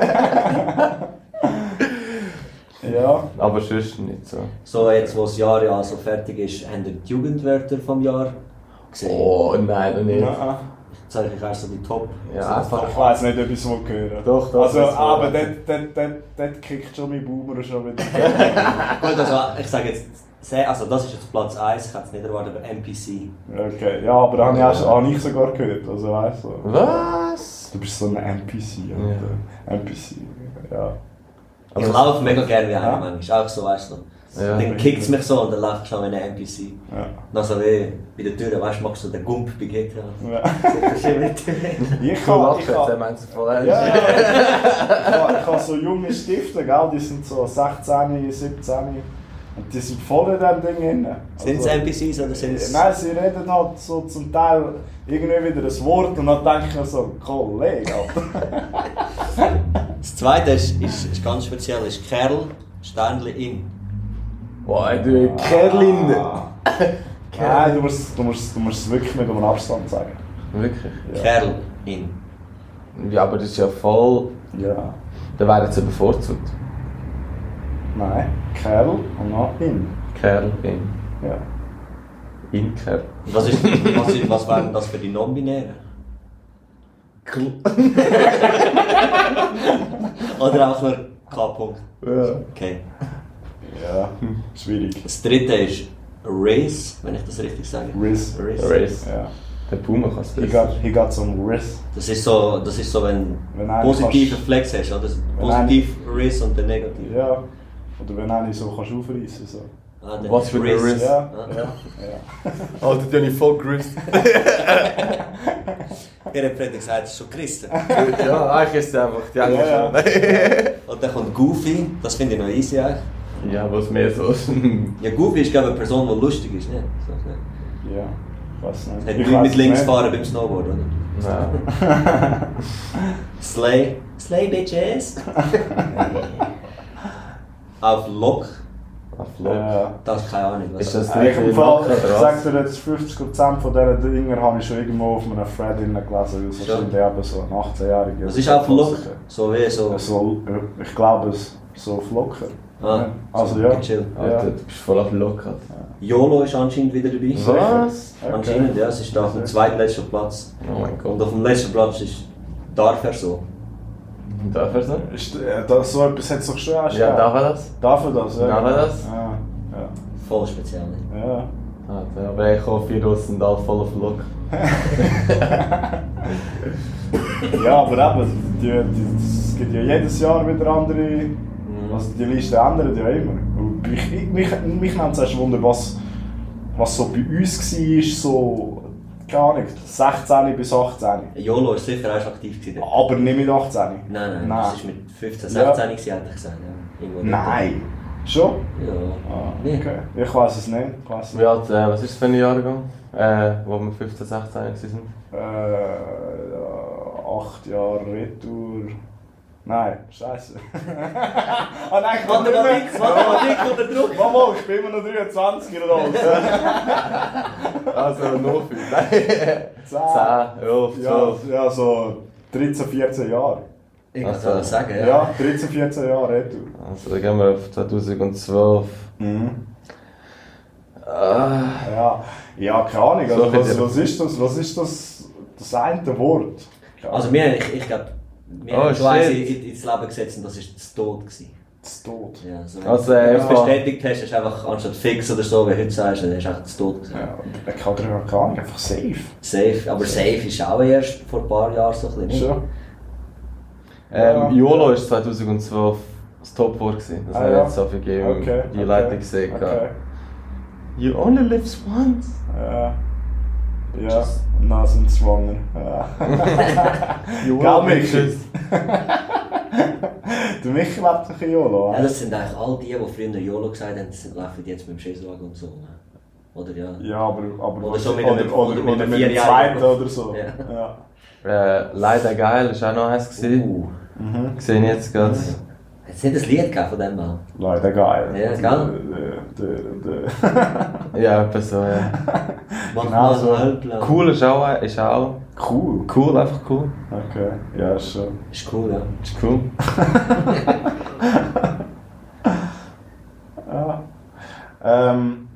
Ja.
Aber sonst nicht so.
So, jetzt, wo das Jahr ja so fertig ist, habt ihr die Jugendwörter vom Jahr gesehen?
Oh, nein, noch nicht.
Nein.
Jetzt habe ich erst so die Top.
Ja,
Ich
einfach.
weiß nicht, ob ich es hören
Doch, doch,
Also,
das ist wahr.
aber dort, dort, dort, dort kickt schon mein Boomer schon wieder.
Gut, also ich sage jetzt, sehr- also das ist jetzt Platz 1, ich hätte es nicht erwartet, aber NPC.
Okay, ja, ah, aber da habe ich auch, schon- habe ich sogar gehört, also weißt du.
Was?
Du bist so ein NPC, Alter. NPC, ja.
ich laufe mega gerne wie einer
Ja.
manchmal, ist auch so, weißt du.
Ja.
Dann kickt es mich so und dann laufe ich schon wie ein NPC.
Ja.
Dann so wie bei der Tür, weißt du, machst du den Gump bei GTA.
ja.
Verstehst du?
Ich
Du
kann,
lachst
ich
jetzt, er
kann,
meint es voll ernst.
ja, ja. ich kann, ich kann so junge Stifte, gell? die sind so 16, 17 und die sind voll in dem Ding eh, drin. Also-
Sind es NPCs oder sind es...
Nein, sie reden halt so zum Teil irgendwie wieder ein Wort und dann denke ich mir so, Kollege, Alter.
Das zweite ist, ist, ist ganz speziell, ist Kerl, Sternli in.
Boah, du Kerlin.
Ah. Nein, du musst, du, musst, du musst es wirklich mit einem Abstand sagen.
Wirklich?
Kerl in.
Ja, aber das ist ja voll.
Ja.
Da wäre jetzt ja bevorzugt.
Nein, Kerl und dann in.
Kerl in.
Ja.
In Kerl.
Was, ist, was, ist, was wären das für die Non-Binären? Oder einfach nur K-Punkt.
Ja.
Okay.
Ja,
hm,
schwierig.
Das dritte ist Race, wenn ich das richtig sage.
Riss.
Race.
Race.
Ja.
Der Puma kann es
He got, he got some Riss.
Das ist so, das ist so wenn
Wenn einer
positiver
kannst-
Flex hast, oder?
Wenn
Positiv Race und der negative.
Ja. Oder wenn einer so kannst aufreißen so.
Ah, der
Was für ein
Race.
Riss.
Ja,
Ah.
ja, Ah, ja.
Oh, das habe ich voll gerüstet.
Ihr habt vorhin gesagt, es ist schon Christen.
ja, eigentlich ist es einfach. Die anderen
Ja,
Und dann kommt Goofy, das finde ich noch easy eigentlich.
schon. ja, was mehr so.
Ja, Goofy ist glaube ich eine Person, die lustig ist, ne? So, ne?
Ja. Was nicht.
Hat
Ich
nichts
weiss
mit
es
links
nicht.
fahren beim Snowboard, oder?
Nein.
Slay. Slay, bitches! Auf Lock,
Ach, Lock.
Ja.
das keine Ahnung. Was
Ist das
Ich
nicht
im
wie
Fall, ich
Lock
sag dir jetzt, 50% von diesen Dinger habe ich schon irgendwo auf einem Thread gelesen, weil es wahrscheinlich eben so ein 18-Jähriger.
was ist auf Lock? So wie so.
So, ich glaube es, so flocker.
Ah,
also
so
ja.
chill.
Alter, Ah, du bist voll auf Lock. Alter.
YOLO ist anscheinend wieder dabei.
Was?
Okay.
Anscheinend, ja, es ist da auf dem zweitletzten Platz.
Oh mein
Und
Gott.
auf dem letzten Platz ist Darf er so.
Darf er so?
Ist, äh, das, so etwas hat es doch schon erst
Ja,
gegeben.
darf er das?
Darf er das? Ja. genau.
Darf er das?
Ja. Ja.
Voll speziell. ne?
ja.
Alter, aber ich hoffe, ihr Russen sind alle voll auf Lock.
ja, aber eben, die, die, es gibt ja jedes Jahr wieder andere.
Mhm.
Also die Liste ändert ja immer. Und Mich, ich- mich, mich nimmt es erst Wunder, was, was so bei uns war, so, keine Ahnung, 16 bis 18.
YOLO ist sicher auch aktiv gewesen. Nein,
Aber nicht mit 18.
nein, das ist mit 15,
Ah. Ja.
16 gewesen, hätte ich gesagt. Ja. Irgendwo dort.
Nein! Schon?
Ja.
Ah,
Nee.
okay. Ich weiß es nicht. Ich weiss es
Wie alt, äh, was ist das für ein Jahrgang? Äh, wo wir 15, 16 waren?
Äh, ja, acht Jahre Retour. Nein, scheiße. ah nein, ich bin nicht mehr.
Mathematik, Mathematik unter Druck.
Mama, ich bin immer noch 23 oder alt.
Also, nur viel. Nein.
10.
10, 11,
Ja,
12.
ja, so 13, 14 Jahre.
Ich kann es
Also,
auch sagen, ja.
Ja, 13, 14 Jahre Retour.
Also, dann gehen wir auf 2012.
Mhm.
Ah,
Ja, ja keine Ahnung.
So
Also,
viel
was,
dir-
was ist das? Was ist das? Das eine Wort? Keine
Also
Ahnung.
wir, ich, ich glaube, wir
Oh,
haben schon eins in,
shit.
in, ins Leben gesetzt und das war das Tod. Gewesen.
Das Tod.
Ja, so, wenn
Also,
du
äh,
es
einfach-
bestätigt hast, ist einfach anstatt fix oder so, wie heute sagst, dann ist echt das Tod. Gewesen.
Ja, ich kann darüber gar nicht. Einfach safe.
Safe, aber safe ist auch erst vor ein paar Jahren so ein bisschen.
Schon.
Ähm,
Ja.
YOLO ist 2012 das Top-Wort gewesen. Das
Ah,
haben
ja.
jetzt so viele Game,
Okay.
die
okay,
Leute gesehen
Okay.
haben. You only live once.
Ja. Ja. Na, sind schwanger. Ja.
You
Gell,
only
Michi?
exist.
Der Michi lebt doch in Jolo.
Ja, das sind eigentlich all die, die früher YOLO gesagt haben, das laufen jetzt mit dem Schisswagen und so. Ne? Oder ja?
Ja, aber, aber
Oder so mit
oder,
einem-
oder,
oder
oder,
mit einem
mit dem
Vierjährigen.
zweiten oder so.
Ja.
Ja.
Äh, Leider geil ist auch noch eins gewesen.
Uh,
Mhm.
Gesehen jetzt gerade.
hat es nicht ein Lied gegeben von dem Mann?
Leider geil.
Ja,
gell? Der, der, der.
Ja, etwa so, ja.
Mach
Genau
mal
so.
so Halbplan.
Cool ist auch, äh, ist auch.
cool.
Cool, einfach cool.
Okay. Ja, ist schon.
Ist cool, ja.
Ist cool.
Ja. Ähm,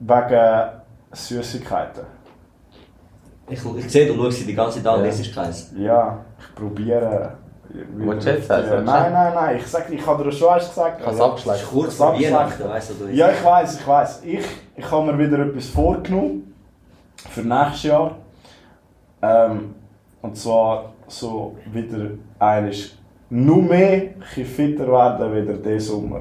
wegen Süßigkeiten.
Ich, ich sehe, du schaust sie die ganze Tag,
Ja.
das ist keins.
Ja, ich probiere.
Willst du jetzt sagen?
Nein, nein, nein. Ich, sag, ich habe dir schon erst gesagt.
Ich hab's
Ja.
Das ist
abgeschleckt.
kurz
Das
vor
hab ich
Weihnachten,
gesagt.
weißt du, du
Ja, ich weiß, ich weiß. Ich, ich habe mir wieder etwas vorgenommen für nächstes Jahr. Ähm, und zwar so wieder eines nur mehr ein bisschen fitter werden wieder diesen Sommer.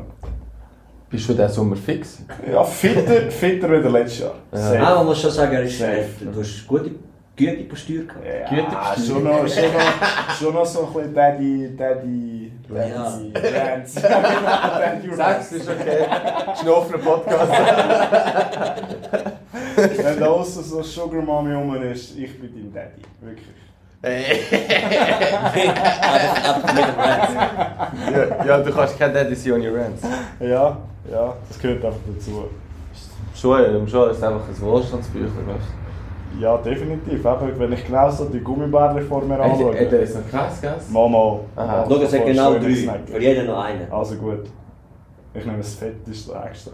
Bist du diesen Sommer fix?
Ja, fitter, fitter wieder letztes Jahr.
Ja.
Safe.
Ah, man muss schon sagen, er ist,
Safe.
äh, du hast gute, gute Postür gehabt.
Ja,
Güte
schon noch, schon noch, schon noch so ein bisschen Daddy, Daddy,
Ja.
Daddy, Rants. Daddy Rants.
ist okay. Ist ein offener Podcast.
Wenn da aussen so Sugar Mommy rum ist, ich bin dein Daddy. Wirklich.
Einfach mit dem Rest.
ja, ja, du kannst kein Daddy sein ohne Rants.
Ja, ja, das gehört einfach dazu.
Schon, ja, schon ist einfach ein Wohlstandsbüchlein. weißt
Ja, definitiv. Eben, wenn ich genau so die Gummibärchen vor mir
du. Hey, hey, der
anschaue.
ist noch krass, gell?
Mama.
Aha.
Schau, es hat genau drei. Für jeden noch einen.
Also gut. Ich nehme das fetteste extra.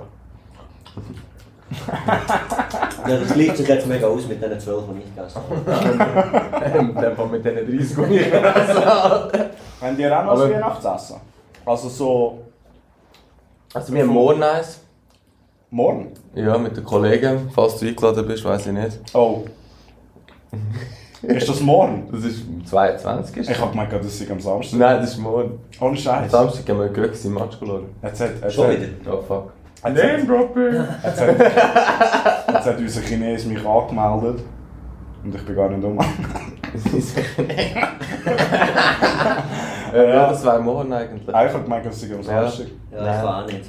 Ja, das gleicht sich jetzt mega aus mit diesen zwölf, die ich gegessen habe.
Ähm, der war mit diesen 30 und ich also.
Habt ihr auch noch
Aber-
ein Weihnachtsessen? Also so
also, wir haben morgen eins.
morgen?
Ja, mit den Kollegen. Falls du eingeladen bist, weiß ich nicht.
Oh. ist das morgen?
Das ist am 22.
Ich hab gemeint, das sei am Samstag.
Nein, das ist morgen.
Ohne
Am
Scheiß.
Samstag haben wir Glück im Match geschaut.
Erzählt,
Schon
erzählt.
wieder.
Oh fuck.
Erzählt.
Dropping!
Erzählt. Jetzt hat unser Chines mich angemeldet. Und ich bin gar nicht um.
äh, ja, das wäre morgen eigentlich.
Einfach gemeint, das sei am
Ja.
Samstag.
Ja, ich kann auch nicht.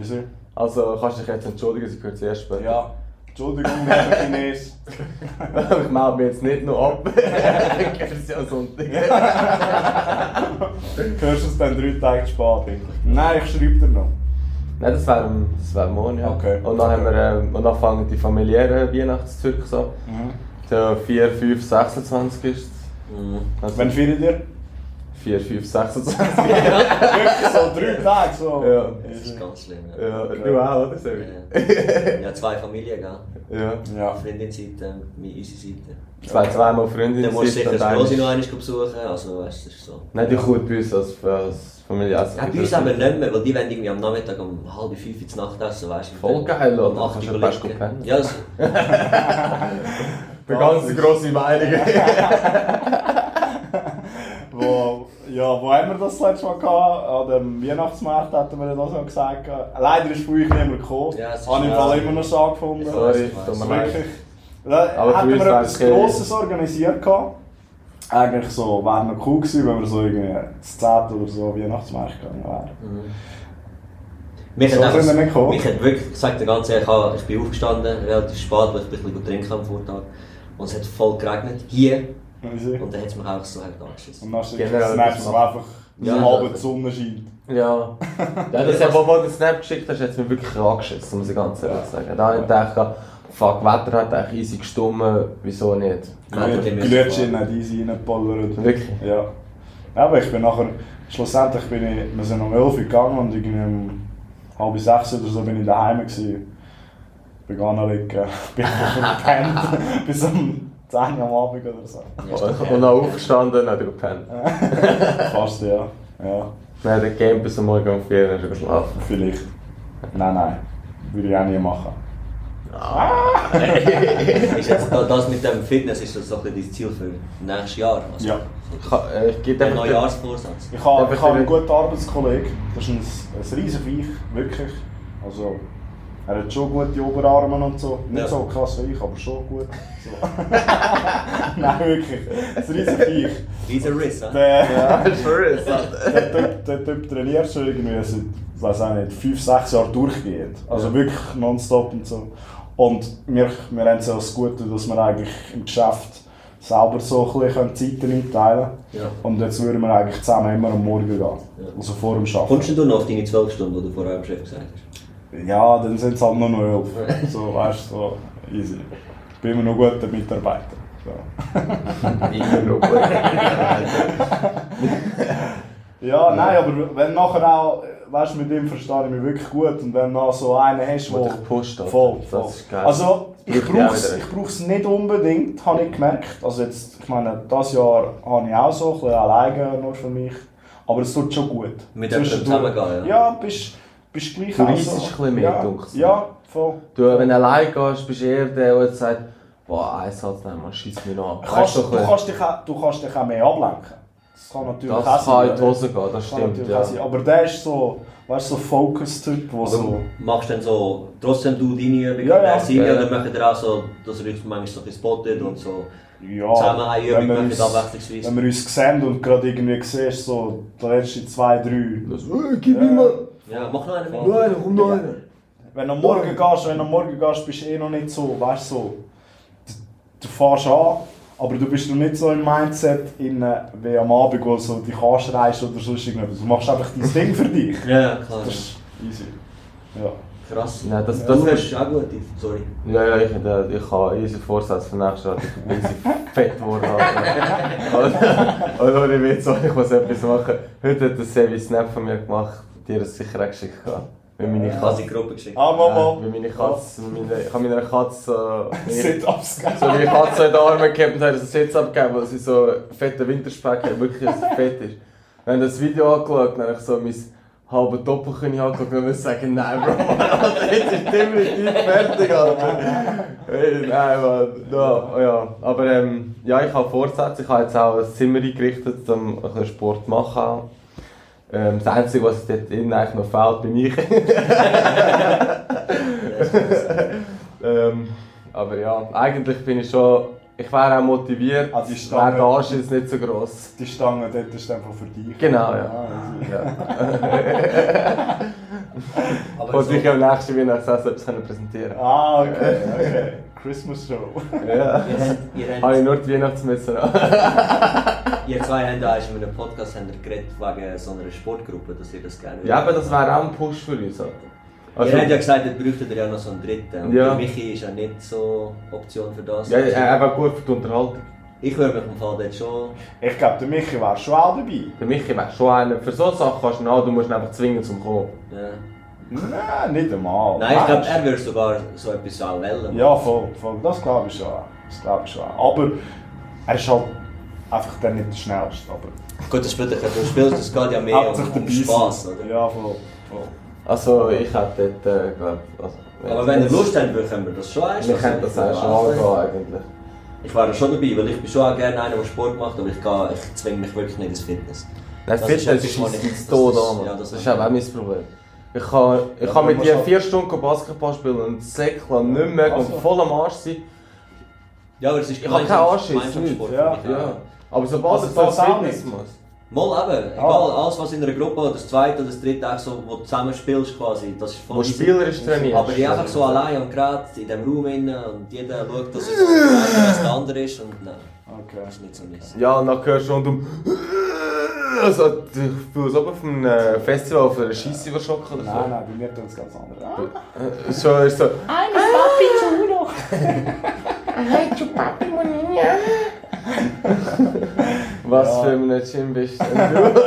Easy.
Also kannst du dich jetzt entschuldigen, sie gehört zuerst später.
Ja. Entschuldigung, lieber Chines.
ich melde mich jetzt nicht noch ab. Es ist ja Sonntag.
Du hörst es dann drei Tage später. Nein, ich schreibe dir noch.
Nein, das wäre das wär morgen, ja.
Okay.
Und dann, haben wir, ähm, und dann fangen die familiären Weihnachtszüge so. Der 4, 5, 26 ist es.
Mhm.
Also
Wann feiert ihr?
4, 5, 26.
Wirklich so drei Tage so.
Ja.
Das ist ganz schlimm. Ja,
ja, du auch, oder? Sorry.
ja. ja zwei Familien, gell?
Ja.
Ja.
Freundinseite, meine- unsere Seite.
Zwei, zweimal Freunde
Dann musst du sicher
und
das Grossi noch
eine.
einmal besuchen. Also, weißt du, das ist so.
Nein, die kommt bei uns als, als Familie. Also,
Ja, bei uns haben wir nicht mehr, weil die wollen irgendwie am Nachmittag um halb fünf ins Nachtessen, weißt du.
Voll geil, oder?
Um acht
Kannst du
Uhr
ein paar
überlegen.
Stunden pennen.
Ja, also, das,
Eine ganz grosse Meinung.
Wo, ja, wo haben wir das letztes Mal gehabt? An dem Weihnachtsmarkt hatten wir das noch gesagt. gehabt. Leider ist von euch niemand gekommen.
Ja, es ist
Habe ich im
schade.
Fall immer noch schade gefunden.
Ja.
Sorry, tut mir leid.
Wirklich. Aber
Aber
hatten
für
wir
uns wär's
etwas
okay.
Grosses organisiert gehabt? Eigentlich so, wäre noch cool gewesen, wenn wir so irgendwie zu 10 oder so Weihnachtsmarkt gegangen wären.
Mhm.
mich
So
hat
sind wir nicht
einfach,
gekommen.
mich hat wirklich, ich sag dir ganz ehrlich, ich hab- ich bin aufgestanden, relativ spät, weil ich ein bisschen getrunken habe am Vortag. Und es hat voll geregnet, hier.
Weißt du?
Und dann hat es mich auch so hart angeschissen.
Und dann steht
Generell
das Netz,
etwas
wo einfach
Ja.
am Abend die Sonne scheint.
Ja. ja das hat, wo du den Snap geschickt hast, hat es mich wirklich angeschissen, muss ich ganz ehrlich sagen. Da habe ich gedacht, fuck, Wetter hat eigentlich easy gestummen, wieso nicht?
Ja, aber die müssen
Glötchen hat easy reingeballert.
Wirklich?
Ja. Aber ich bin nachher, schlussendlich bin ich, wir sind um 11 Uhr gegangen und irgendwie um halb sechs oder so bin ich daheim gewesen. Bin gar nicht liegen, bin verpennt bis um 10 Uhr am Abend oder so.
Und dann aufgestanden und dann gepennt.
Fast, ja. Ja,
Nein, der Game bis am Morgen um 4 Uhr hast du geschlafen.
vielleicht. Nein, nein. Würde ich auch nie machen.
Ist jetzt da- das mit dem Fitness ist das so ein bisschen dein Ziel für nächstes Jahr? Also,
Ja.
Ich, ha- äh, ich gebe
Der
einfach den-
Neujahrsvorsatz.
Ich habe,
Ja,
ich habe einen
bitte.
guten Arbeitskollegen, das ist ein, ein riesen Viech, wirklich. Also, er hat schon gute Oberarme und so. Nicht
Ja.
so krass wie ich, aber schon gut. So. Nein, wirklich. Ein riesen Viech.
Riesen Riss, hä?
Der,
Alvarez.
der, typ, der Typ trainiert schon irgendwie seit, weiß auch nicht, 5, 6 Jahren durchgehend. Also wirklich nonstop und so. Und wir, wir haben es ja das Gute, dass wir eigentlich im Geschäft selber so ein bisschen Zeiten einteilen können.
Ja.
Und jetzt würden wir eigentlich zusammen immer am Morgen gehen. Also vor dem Arbeiten.
Kommst du noch auf deine 12 Stunden, die du vorher im Chef gesagt hast?
Ja, dann sind es halt nur noch elf. So, weißt du, so easy. Ich bin immer noch guter Mitarbeiter. So. Ja, nein, aber wenn nachher auch, weißt du, mit ihm verstehe ich mich wirklich gut und wenn du noch so einen hast,
Wo
wo...
dich pusht, Alter.
Voll,
Das
voll.
ist geil.
Also,
Das
ich
braucht ja auch
brauche es
wieder.
ich brauch's nicht unbedingt, habe ich gemerkt. Also jetzt, ich meine, dieses Jahr habe ich auch so ein bisschen alleine noch für mich. Aber es tut schon gut.
Mit jemandem
Zwischendurch-
zusammengehen, ja.
Ja, bist, bist gleich
Du
auch
reissest
so-
ein bisschen mehr,
ja,
dunkelst du.
ja, voll.
Du, wenn du allein gehst, bist du eher der, der jetzt sagt, boah, ein Satz, nein, man schießt mich noch an.
Kannst,
Weißt
du,
ein bisschen,
kannst dich, auch- du kannst dich auch mehr ablenken. Das kann natürlich auch
das
sein,
kann in
oder?
die Hose gehen, das
Kann
stimmt,
natürlich
ja.
auch sein. Aber der ist so, weißt du, so Focus-Typ, der so...
Also, machst du dann so, trotzdem du deine Übungen
Ja,
und
ja.
er seine,
Ähm. Ja.
oder macht ihr auch so, dass ihr euch manchmal so ein bisschen spottet und so
Ja,
zusammen eine Übung
wenn wir,
macht,
uns,
abwechslungsweise?
wenn wir uns sehen und gerade irgendwie siehst, so die letzten zwei, drei...
Das, äh, gib
Ja.
ihm mal.
Ja, mach noch einen mit.
Nein, komm noch einer.
Wenn du am Morgen gehst, wenn du am Morgen gehst, bist du eh noch nicht so, weißt du, so... Du, du fährst an, aber du bist noch nicht so im Mindset, in, äh, wie am Abend, wo du so dich anschreist oder sonst irgendwas. Du machst einfach dein Ding für dich.
Ja, klar.
Das ist easy. Ja.
Krass.
Ja, das-
du
das-
hast auch gut, sorry.
Ja, ja, ich, äh, ich habe easy Vorsatz für nächstes Jahr, ich bin easy fett geworden. Alter. Und ohne Witz, Alter, ich muss etwas machen. Heute hat der Sevi Snap von mir gemacht, dir das sicher auch geschickt. gehabt. Wie meine
Ich habe
Katze.
sie in die Gruppe geschickt.
Ah,
Äh,
Mama.
Wie meine Katze. Meine, ich habe meiner Katze. Äh,
Sit-ups, gell?
so meine Katze so in den Armen gehabt und hat das jetzt abgegeben, weil sie so einen fetten Winterspeck hat, wirklich so fett ist. Dann habe ich das Video angeschaut, dann habe ich so mein halbes Doppelkinn angeschaut und muss sagen, nein, Bro, Mann, Alter, jetzt ist definitiv fertig, Alter. Hey, nein, Mann. Ja, oh ja. Aber ähm, ja, ich habe Vorsätze, ich habe jetzt auch ein Zimmer eingerichtet, um ein bisschen Sport zu machen. Ähm, das Einzige, was dort innen eigentlich noch fehlt bei mir, Ähm, aber ja, eigentlich bin ich schon. Ich wäre auch motiviert,
Ah, die
wäre
Stange.
der Anschluss nicht so gross.
Die Stange dort ist einfach für dich.
Genau, ja.
Ah, easy.
Ja.
Aber
Und
so,
ich am nächsten Weihnachtssaison etwas können präsentieren
Ah, okay, okay. Christmas Show.
Ja.
ihr,
Habe ich
habt,
nur die Weihnachtsmütze an.
ihr zwei habt da in einem Podcast habt ihr geredet wegen so einer Sportgruppe, dass ihr das gerne
Ja, aber
würdet.
das wäre auch ein Push für uns. Alter. Also,
ihr habt ja gesagt, ihr bräuchtet ja noch so einen dritten. Und
Ja.
der Michi ist ja nicht so Option für das.
ja, ja, eben gut für die Unterhaltung.
Ich würde mich im Fall dort schon.
Ich glaube, der Michi war schon auch dabei.
Für mich wäre schon einer. Für solche Sachen kannst du ihn haben, du musst ihn einfach zwingen zum Kommen.
Ja.
Nein, nicht einmal.
Nein, ich glaube,
Ah.
Mensch.
er würde sogar so etwas auch wählen.
Ja, voll, voll. Das glaube ich schon. auch. Das glaube ich schon. auch. Aber er ist halt einfach dann nicht der Schnellste. Aber
Gut, das spielt ja du spielst, das geht ja mehr um, um
dabei sein.
Spass, oder?
Ja, voll. voll.
Also, ich hätte dort, äh, glaube also,
Aber wenn ihr Lust habt, würdet, können wir das schon
Wir
einstellen.
könnten Ah, das auch schon angehen, eigentlich.
Ich wäre schon dabei, weil ich bin schon auch gerne einer, der Sport macht, aber ich, gehe, ich zwinge mich wirklich nicht ins Fitness.
Nein,
Das
Fitness
etwas,
ist
wo
mein
ich- das
Tod
ist-
an.
ja, das
Das ist
ist-
eben auch mein Problem. Ich kann, ich
Ja,
kann
man
mit
muss
dir
halt-
4 Stunden Basketball spielen und säckeln, nicht mehr
Also.
und voll am Arsch sein.
Ja, aber es ist
Ich hab keinen Anschiss,
Gemeinschaftssport.
nichts. Ja.
für mich,
Ja. Aber sobald
Also
du
das auch
Fitness
nicht.
machst.
Mal eben, egal,
Ah.
alles was in einer Gruppe oder das zweite oder das dritte, auch so, wo du zusammen spielst quasi, das ist voll
Wo
easy.
spielerisch trainierst.
Aber die einfach so allein und gerade in diesem Raum innen und jeder schaut, dass es dass der andere ist und nein,
Okay.
das ist nicht so nice.
Ja, und dann hörst du und du. Also, ich fühle es oben vom äh, Festival für einen Scheissüberschock oder so.
Nein, nein, bei mir tun es ganz anders. Ah,
So ist so. Was
Ja.
für ein Gym bist denn du?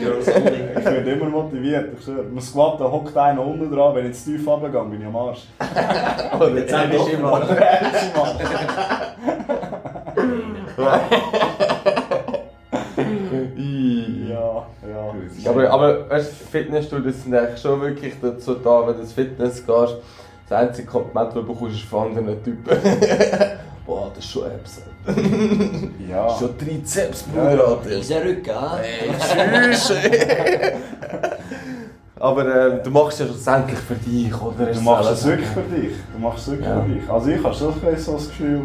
Girls only.
Ich werde immer motiviert, ich schwöre. Im Squat da hockt einer unten dran, wenn ich zu tief runtergehe, bin ich am Arsch.
Oder
Jetzt haben wir
bist du immer.
offen.
Ih.
Ja, ja.
Aber, aber weißt, du, Fitnessstudios sind eigentlich schon wirklich dazu da, wenn du ins Fitness gehst, Das einzige Kompliment, das du bekommst, ist von anderen Typen. Boah, das ist schon Absent.
Ja.
Schon Trizeps, Bruder, Alter.
Riesen Rücken, ah.
Äh. Ey, tschüss. Aber ähm, du machst ja schlussendlich für dich, oder?
Du machst es wirklich für dich. Du machst es wirklich
Ja.
für dich. Also ich habe schon so das Gefühl,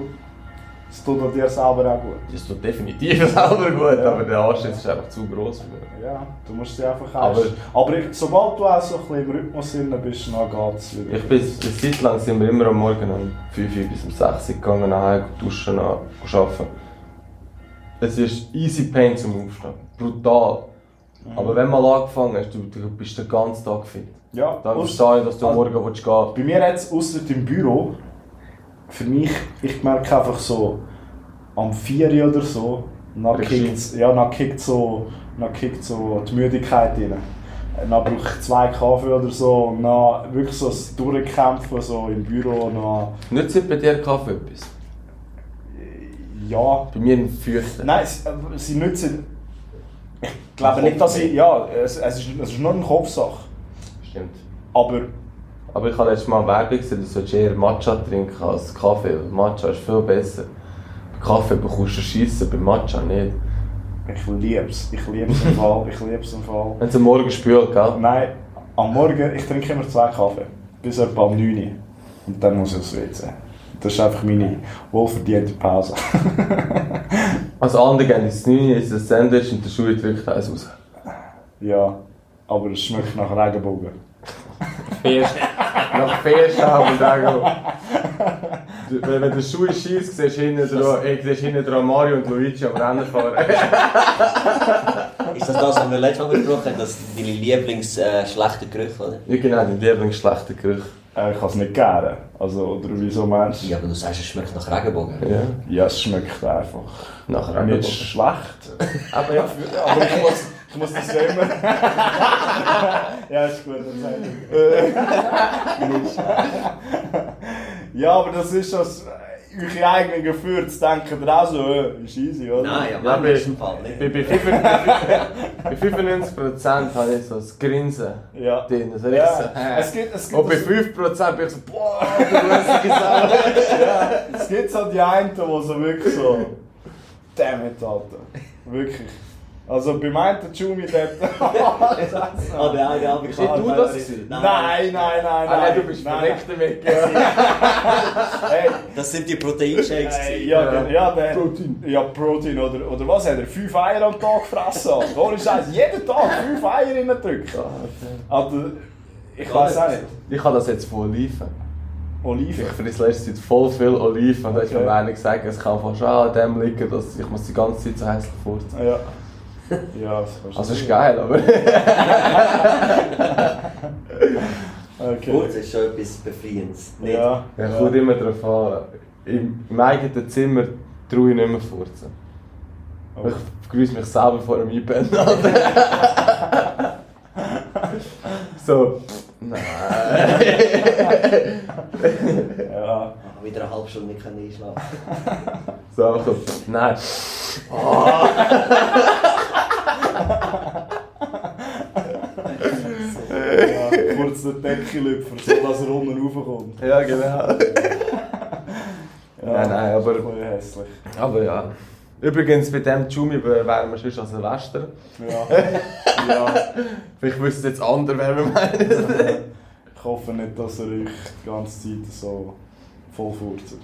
es tut an dir selber auch gut.
Das tut definitiv selber gut,
Ja.
aber der Anschluss ist einfach zu gross für mich.
Ja, du musst sie einfach
Aber-
erst- Aber ich, sobald du auch so ein bisschen im Rhythmus drin bist, dann geht's wieder.
Ich bin, eine Zeit lang sind wir immer am Morgen um 5 Uhr bis um 6 Uhr gegangen, nachher duschen, nach- arbeiten. Es ist easy pain zum Aufstehen. Brutal. Aber wenn du mal angefangen hast, du, du bist den ganzen Tag fit.
Ja,
Dann
aus-
verstehe ich, dass du
also-
morgen willst gehen
Bei mir jetzt, außer im Büro, für mich, ich merke einfach so, am 4 Uhr oder so, dann
Richtig.
kickt, ja, dann kickt, so, dann kickt so die Müdigkeit rein. Dann brauche ich zwei Kaffee oder so und dann wirklich so das Durchkämpfen so im Büro. Und dann,
Nützt bei dir Kaffee etwas?
ja,
Bei mir ein Fürchten.
Nein, sie, äh, sie nützen. Ich glaube nicht, dass sie. Ja, es, es, ist, es ist nur eine Kopfsache.
Stimmt.
Aber
Aber ich habe letztes Mal Werbung gesehen, du solltest eher Matcha trinken als Kaffee. weil Matcha ist viel besser. Bei Kaffee bekommst du Scheiße, bei Matcha nicht.
ich liebe es. Ich liebe es im Fall. Ich liebe es im Fall.
Wenn es am Morgen spült, gell?
Nein, am Morgen, ich trinke immer zwei Kaffee. Bis etwa um 9 Uhr. Und dann muss ich es witzen. Das ist einfach meine wohlverdiente Pause.
Also andere gehen ins 9 Uhr, ist ein Sandwich und der Schuh drückt eins raus.
ja, aber es schmeckt nach Regenbogen.
Fest. Nach Fest haben wir auch. Wenn wenn der Schuh schießt, siehst du hinten dran, ey, siehst hinten dran Mario und Luigi am Rennen fahren.
Ist das das, was wir letztes Mal besprochen haben, dass deine Lieblings äh, schlechter Gerüche, oder?
Ja genau, dein Lieblingsschlechter Geruch.
Äh, ich kann es nicht gerne. Also, oder wieso meinst du?
Ja, aber du sagst, es schmeckt nach Regenbogen.
Ja,
ja, es schmeckt einfach.
nach
Nicht
Regenbogen.
schlecht.
Aber ja,
Aber ich muss, ich muss das ja immer. ja, ist gut, dann sag ich. Äh, nicht. Äh. ja, aber das ist das. Eure eigenen Gefühle zu denken, dann auch so, äh, ist easy, oder?
Nein,
Ja,
aber
aber
ja,
ich-
im Fall nicht.
bei, bei 95 bei 95% habe ich so das Grinsen
Ja.
drin. Also richtig
ja.
so,
Es gibt, es
äh. Und
gibt,
bei
es,
5% bin ich so, boah, du lustige Sau.
äh, es gibt so die einen, die so wirklich so. Damn it, Alter. Wirklich. Also bei meinen Jumi dort.
Ah, der eine
Bist
Amerikaner.
du das gewesen?
Ah, Nein.
Nein, nein, nein, nein.
Ah, nein, du bist
nein.
verreckt damit.
Hey,
Das sind die Proteinshakes.
Äh,
gewesen.
ja, der, ja, der,
Protein.
Ja, Protein. Oder, oder was hat er? Fünf Eier am Tag gefressen. Alter. Ohne Scheiß. Jeden Tag fünf Eier in den Drück. Alter, ich weiß auch nicht.
Ich habe das jetzt von Oliven. Ich
Oliven.
fresse letzte Zeit voll viel Oliven. Und da ist
Okay.
mir einer gesagt, es kann fast schon an dem liegen, dass ich muss die ganze Zeit so hässlich furzen.
Ja. Ja, das kannst du
Also ist
nicht.
geil, aber...
Okay.
Gut, das ist schon etwas Befreiendes. Nicht?
Ja.
Ja, kommt immer drauf an. Im, im eigenen Zimmer traue ich nicht mehr furzen.
Oh.
Ich grüße mich selber vor dem iPad So, nein.
Ja.
Ah, Wieder eine halbe Stunde nicht können einschlafen.
so, einfach so, nein.
Oh. ja. Kurz den Deckelüpfer, sodass er unten raufkommt.
Ja, genau.
Ja,
Nein, nein,
das ist
aber-
ein bisschen hässlich.
Aber ja. Übrigens, bei dem Jumi wären wir sonst an Silvester.
Ja. ja.
Vielleicht wissen es jetzt andere, wer wir meinen.
Ich hoffe nicht, dass er euch die ganze Zeit so voll furzt.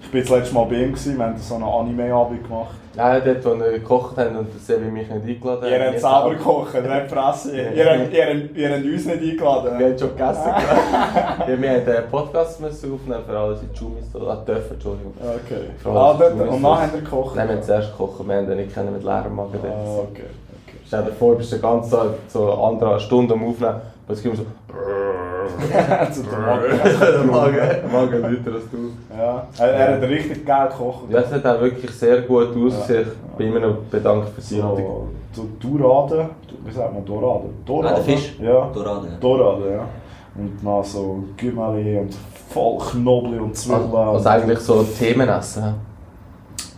Ich war das letzte Mal bei ihm, gewesen, wir haben so einen Anime-Abend gemacht.
ja, dort, wo wir gekocht haben und der Sebi mich nicht eingeladen
Ihr habt selber gekocht, ihr habt Presse, ihr, ihr, habt- ihr, habt- ihr habt uns nicht
Wir
eingeladen.
haben schon gegessen. ja, wir haben einen Podcast müssen aufnehmen für alle, die Jumis da ah, dürfen. Entschuldigung.
Okay.
Frau,
Ah,
das
dort,
ist
und
gut.
nachher habt ihr gekocht.
Nein, wir haben zuerst gekocht, wir haben ihn nicht kennen mit leerem Magen.
Ah,
Oh.
okay. okay.
Stell dir vor, du bist den ganzen Tag so andere Stunde am Aufnehmen. Und es kommt so.
Zu der Mutter.
der Magen. Magen lauter als du.
ja. Er, er hat richtig geil gekocht.
Ja, es hat auch wirklich sehr gut ausgesehen. Ich bin immer noch bedankt für die Einladung.
So, so Dorade, wie sagt man Dorade? Dorade.
Ah, der Fisch?
Ja.
Dorade. ja.
Dorade, ja. Und dann so Gümeli und voll Knobli und
Ah,
Zwillen.
Also eigentlich so Themen essen. hä?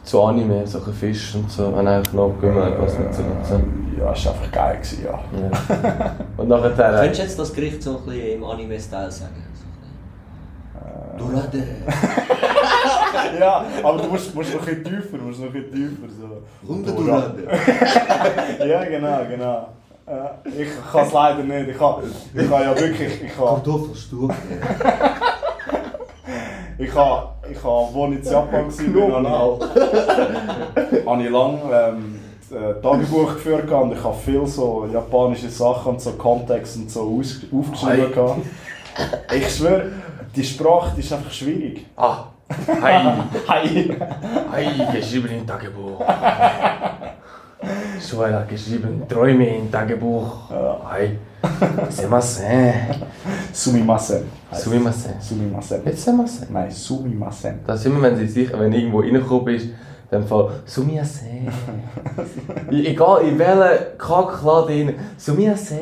Zu Anime, solche Fisch und so. Wenn eigentlich noch Gümmel, was nicht so. so.
Ja, ist einfach geil gewesen, ja.
Ja. Und nachher. äh,
Könntest du jetzt das Gericht so ein bisschen im Anime-Style sagen? So ein bisschen.
Äh.
Dorade.
Ja, aber du musst, musst noch ein bisschen tiefer, musst noch ein bisschen tiefer. So.
Hunde Dorade.
Ja, genau, genau. Äh, ich kann es leider nicht. Ich kann, ich kann ja wirklich. Ich kann,
Kartoffelstufe.
ich kann, ich kann wo ich in Japan war, habe ich, habe ich lange ähm, äh, Tagebuch geführt gehabt und ich habe viel so japanische Sachen und so Kontext und so aus, aufgeschrieben. gehabt. Ich schwöre, die Sprache die ist einfach schwierig.
Ah, hi,
Hey.
hi, geschrieben im Tagebuch. Schwerer geschrieben, Träume im Tagebuch. Hi, semasen,
Sumimasen. heisst es.
sumimasen.
Sumimasen.
Jetzt semasen.
Nein, Sumimasen.
Das ist immer, wenn sie sicher, wenn irgendwo reingekommen bist, dann von sumimasen. E- Egal in welcher Kackladen, sumimasen.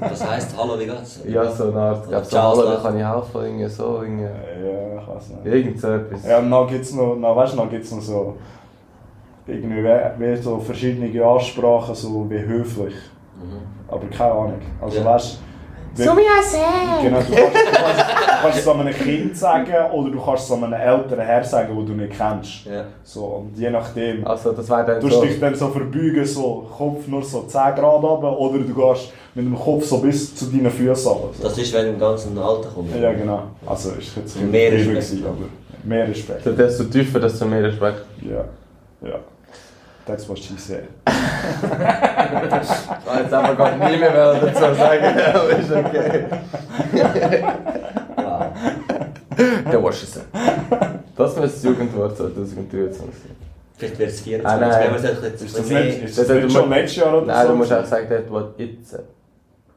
Das heisst, hallo, wie geht's?
Ja, so eine Art, gab's so,
Ciao,
hallo, da
Slav.
kann ich helfen, irgendwie so, irgendwie.
Ja, ich weiß nicht.
Irgend so etwas.
Ja, und dann gibt's noch, dann, weißt, du, dann gibt's noch so, irgendwie we- wie so verschiedene Ansprachen, so wie höflich. Aber keine Ahnung. Also
Mhm. Ja.
weißt du, wie- genau, du kannst, du kannst, du kannst es einem Kind sagen oder du kannst es einem älteren Herr sagen, den du nicht kennst.
Ja.
So, und je nachdem.
Also, das wäre dann
Du
so.
musst dich dann so verbeugen, so Kopf nur so 10 Grad runter oder du gehst mit dem Kopf so bis zu deinen Füßen runter. So.
Das ist, wenn im ganzen Alter kommt.
Ja, genau. Also ist jetzt ein
Mehr
bisschen
Respekt.
gewesen, aber mehr Respekt.
So, Desto tiefer, desto mehr Respekt.
Ja, ja. That's what she said.
Ah, Jetzt haben wir gar nicht mehr wollen dazu sagen, aber ist okay.
Ah.
Wow.
Der Washington. Das muss das Jugendwort 2023 sein.
Vielleicht wird es 24.
Ah, nein.
wenn wir es ein bisschen-
Ist das
mehr-
nicht, ist
das
das
hat
nicht
immer-
schon letztes Jahr oder
Nein,
so?
du musst auch sagen, dort, was jetzt.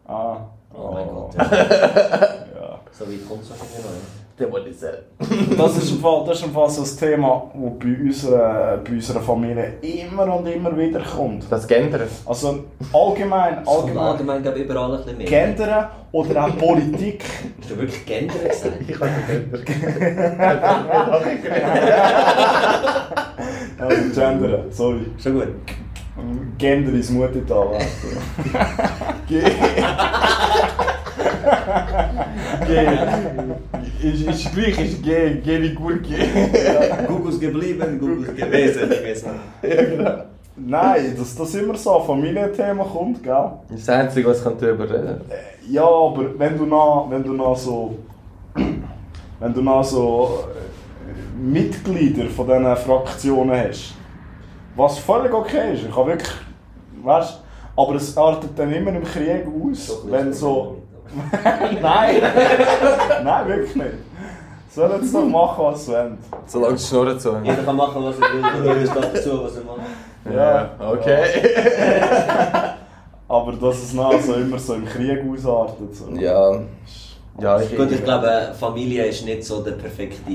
Ah.
Oh mein Gott.
Ja.
So weit kommt es wahrscheinlich noch. ja.
Der Washington.
Das ist, im Fall, das ist im Fall so ein Thema, das bei unserer, bei unserer Familie immer und immer wieder kommt.
Das Gendern.
Also allgemein,
Es kommt
allgemein
allgemein glaub ich, überall ein bisschen mehr.
Gendern oder auch Politik.
Hast du wirklich Gendern gesagt?
Ich habe Gendern.
Also Gendern, sorry.
Schon gut.
Gender ist Muttertal. weißt du. G. Ist, ist gleich, ist G. G wie Gurke.
Gugus geblieben, Gugus gewesen. Ich weiß nicht.
Nein, dass das dus immer so ein Familienthema kommt, gell?
Das ist das Einzige, was ich darüber reden kann.
Ja, aber wenn du noch, wenn du noch so. Wenn du noch so. äh, Mitglieder von diesen Fraktionen hast. Was völlig okay ist. Ich habe wirklich. Weißt aber es artet dann immer im Krieg aus, wenn so. Nein! Nein, wirklich nicht. Sollen sie doch machen, was sie wollen.
Solange die Schnurren zu haben.
Jeder kann machen, was er will. Jeder ist dazu, was er macht.
Ja,
okay.
Aber dass es noch so immer so im Krieg ausartet. So.
Ja. Ja, ich.
Gut, ich glaube, Familie ist nicht so der perfekte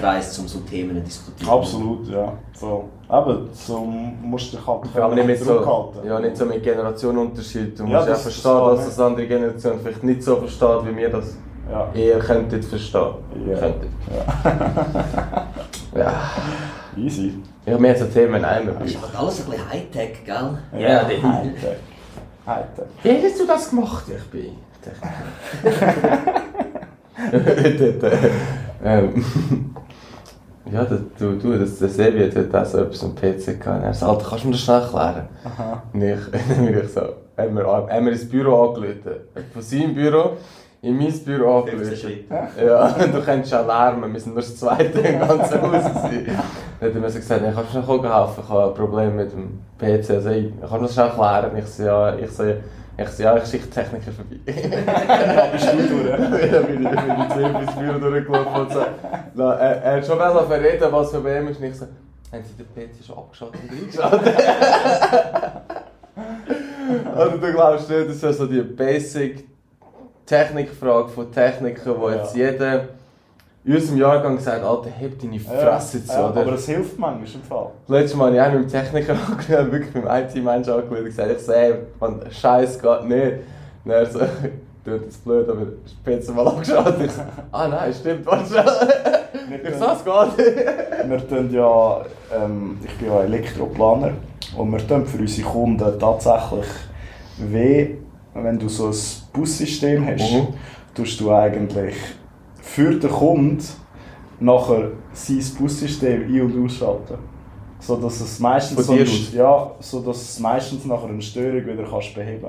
Kreis, um so Themen zu diskutieren.
Absolut, ja. So. Eben, so musst du dich halt
Aber nicht mit so,
zurückhalten.
ja, nicht so mit Generationenunterschied. Du
Ja,
musst ja
das-
verstehen,
das war,
dass das andere Generation vielleicht nicht so versteht, wie wir das.
Ja.
Ihr könntet verstehen.
Ja.
Könntet. Ja.
Easy.
Ich habe mehr zu Themen einmal.
Ist einfach alles ein bisschen Hightech, gell?
Ja, der Hund.
Hightech. Hightech.
Wie hast du das gemacht? Ich bin. Dort, äh, ähm, ja, das, du, du, das, der Sebi hat heute auch so etwas am PC gehabt. Und er sagt, Alter, kannst du mir das schnell erklären? Und ich, dann bin ich so, haben wir, haben wir ins Büro angerufen. Von seinem Büro in mein Büro
15
angerufen.
Schritte.
Ja, du kannst schon lärmen, wir sind nur das zweite im ganzen Haus. gewesen. Dann hat er mir so gesagt, hey, kannst du mir schnell helfen, ich habe ein Problem mit dem PC. Also, ich kann das schnell klären. Ich so, ja, ich so, ich so, ja, ich schicke die Techniker vorbei.
Ja, bist du durch.
Ja, bin ich, bin ich zu ihm ins Büro durchgelaufen und so. Na, er, er hat schon mal verreden, was für bei ihm ist. Und ich so, haben Sie den PC schon abgeschaltet und eingeschaltet? Also du glaubst nicht, das ist so die basic Technikfrage von Technikern, wo
Ja.
jetzt jeder in unserem Jahrgang sagt, Alter, heb deine Fresse zu,
ja,
oder?
aber es hilft manchmal im Fall.
Letztes Mal habe ich auch mit dem Techniker angerufen, wirklich mit dem IT-Mensch angerufen und gesagt, ich sehe, man, Scheiß geht nicht. Und er so, tut das blöd, aber später mal angeschaut. Ich so, ah nein, stimmt, warte schon.
Nicht
Ich so, es geht.
Wir tun ja, ähm, ich bin ja Elektroplaner und wir tun für unsere Kunden tatsächlich weh, wenn du so ein Bussystem hast,
Mhm.
tust du eigentlich für den Kunden nachher sein Bussystem ein- und ausschalten. So dass es meistens, so,
Von dir aus?
ja, so dass es meistens nachher eine Störung wieder kannst beheben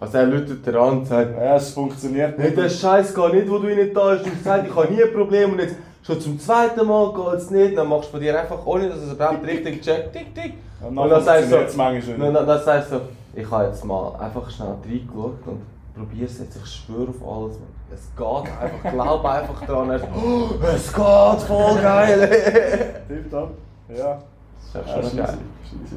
Also er läutet dir an und sagt,
Ja, es funktioniert
hey,
nicht.
der Scheiß geht nicht, wo du nicht da hast. Und er sagt, ich habe nie ein Problem und jetzt schon zum zweiten Mal geht es nicht. Dann machst du von dir einfach, ohne dass es überhaupt richtig checkt, tick, tick.
Und
Und
nachher
dann sagst du
funktioniert es
so,
manchmal
Nein, nein,
nicht.
das heißt so, ich habe jetzt mal einfach schnell reingeschaut und probier's jetzt, ich schwöre auf alles. Mann. Es geht einfach, glaub einfach dran. Er ist, oh, es geht, voll geil.
Tipptopp. Ja.
Das
Ja,
ist schon geil.
Scheisse,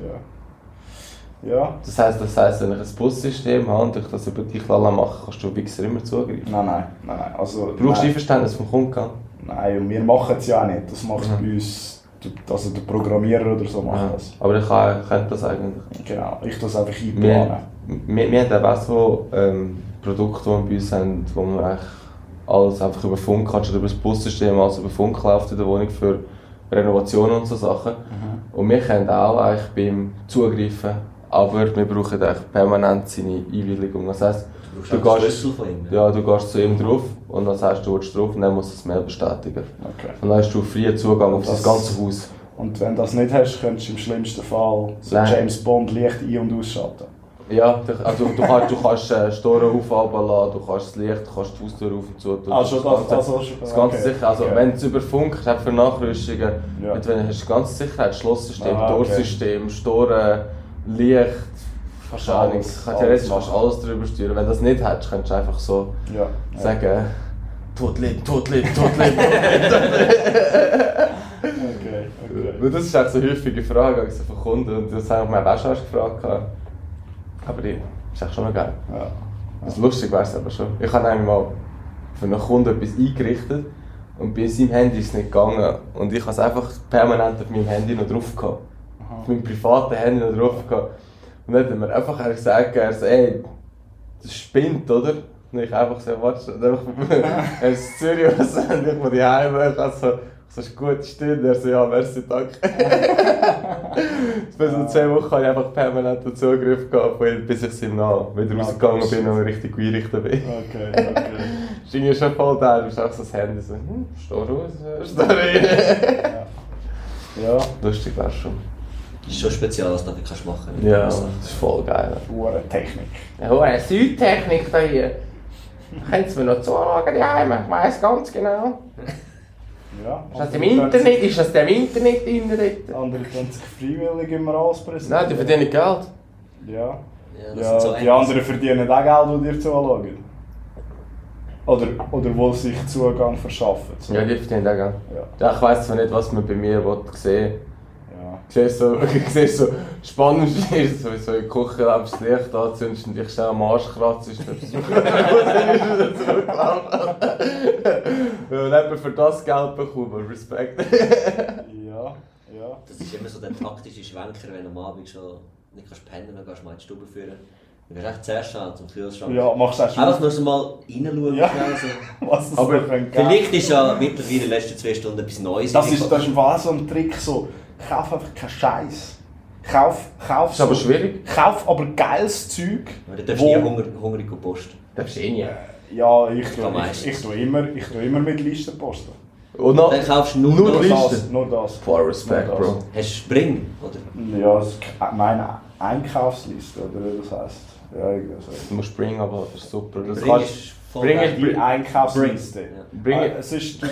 ja. Ja.
Das heisst, das heisst, wenn ich ein Bussystem habe und ich das über dich lala mache, kannst du Wichser immer zugreifen.
Nein, nein, nein, nein. Also,
Du brauchst
nein.
Einverständnis vom Kunden, gell?
Nein, und wir machen es ja auch nicht. Das macht bei uns, der- also der Programmierer oder so macht
Ja.
das.
Aber ich kann, könnte das eigentlich.
Genau, ich das einfach
Wir,
einplanen.
wir, wir haben auch so ähm, Produkte, die wir bei uns haben, wo man eigentlich alles einfach über Funk hat, statt über das Bussystem, alles über Funk läuft in der Wohnung für Renovationen und so Sachen. Und wir können auch eigentlich beim Zugreifen, aber wir brauchen eigentlich permanent seine Einwilligung. Das heisst,
Du brauchst
Du
auch den
gehst-
Schlüssel von ihm.
ja, du gehst zu ihm drauf und dann sagst du, du willst drauf und dann muss er es mehr bestätigen.
Okay.
Und dann hast du freien Zugang auf das,
Das-
ganze Haus.
Und wenn du das nicht hast, könntest du im schlimmsten Fall so
Nein.
James Bond leicht ein- und ausschalten.
Ja, du- also du kannst, du kannst äh, Storen auf und runterlassen, du kannst das Licht, du kannst die Haustür auf und zu tun.
Ah, schon das, das,
Ganze-
das,
Das Ganze sicher, also wenn es über Funk ist, auch für Nachrüstungen,
Ja.
und wenn du hast ganz Sicherheit, Schlosssystem,
Ah, okay.
Torsystem, Storen, Licht, fast
Alles,
alles,
alles
theoretisch kannst du
machen.
alles drüber steuern. Wenn du das nicht hättest, könntest du einfach so
Ja. ja.
sagen, tot leben, tot leben, tot leben. tot leben.
Okay, okay.
Weil das ist auch so eine häufige Frage also von Kunden und das haben wir auch schon erst gefragt. gehabt. Aber die ist echt schon noch geil.
Ja.
Das lustig wäre es aber schon. Ich habe nämlich mal für einen Kunden etwas eingerichtet und bei seinem Handy ist es nicht gegangen. Und ich habe es einfach permanent auf meinem Handy noch drauf gehabt. Auf meinem privaten Handy noch drauf gehabt. Und dann hat er mir einfach er gesagt, er so, ey, das spinnt, oder? Und ich einfach so, warte, und einfach- er ist in Zürich was und ich von die Heime. Ich habe so, ich so, ist gut, stimmt. Er so, ja, merci, danke. Bis in zwei Wochen hatte ich einfach permanent den Zugriff gehabt, von ihm, bis ich sie noch wieder rausgegangen bin und richtig eingerichtet bin.
Okay, okay.
Das ist irgendwie schon voll da, du bist auch so das Handy so, hm, steh raus, äh, steh rein.
Ja,
Lustig wär's schon.
Das ist schon speziell, was du dafür kannst machen Also, kannst.
Ja, das ist voll geil.
pure Technik.
Ja, oh, eine Südtechnik da hier. Können Sie mir noch zuschauen, die Heime? Ich weiss ganz genau.
Ja.
Ist das im Internet? Ist das dem Internet drin dort?
Andere können sich freiwillig immer alles präsentieren.
Nein, die verdienen Geld.
Ja.
Ja, das
Ja,
sind so
die anderen verdienen auch Geld, die dir zuschauen. Oder, oder wo sich Zugang verschaffen. So.
Ja, die verdienen auch Geld.
Ja.
Ja, ich weiss zwar nicht, was man bei mir will, sehen
Ja.
Siehst so, siehst so, spannend ist, so, so in der Küche lebst das Licht anzündest und dich schnell am Arsch kratzt, ist das so. Wenn jemand für das Geld bekommt, Respekt.
Ja, ja.
Das ist immer so der taktische Schwenker, wenn du am Abend schon nicht kannst pennen kannst, dann gehst du mal in die Stube führen. Dann gehst du echt zuerst schnell zum Kühlschrank.
Ja, machst du auch
Einfach
schon,
nur so mal reinschauen.
Ja.
schnell so.
was es
Aber
noch geben könnte.
Vielleicht ist ja mittlerweile in den letzten zwei Stunden etwas Neues.
Das ist, das ist im Fall so ein Trick, so, kauf einfach keinen Scheiß. Kauf, kauf
Ist aber
so-
schwierig.
Kauf aber geiles Zeug.
Aber dann darfst du
wo-
nie hungrig, hungrig auf die Post.
Darfst du eh nie.
Ja, ich tue,
Am
ich,
meisten.
ich, tue immer, ich tue immer mit Listen posten.
Und noch,
Dann kaufst du nur,
Nur
noch-
Listen.
das, nur das.
voll Respekt,
Nur
Bro.
das.
Hast du Spring? Oder?
Ja, das ist meine Einkaufsliste, oder wie das heisst. Ja, irgendwie so.
Du musst springen, aber das ist super. Das
Spring
kannst,
ist voll
Spring
geil.
ist-
Die Einkaufsliste.
bring
Ah,
it.
Es ist. du-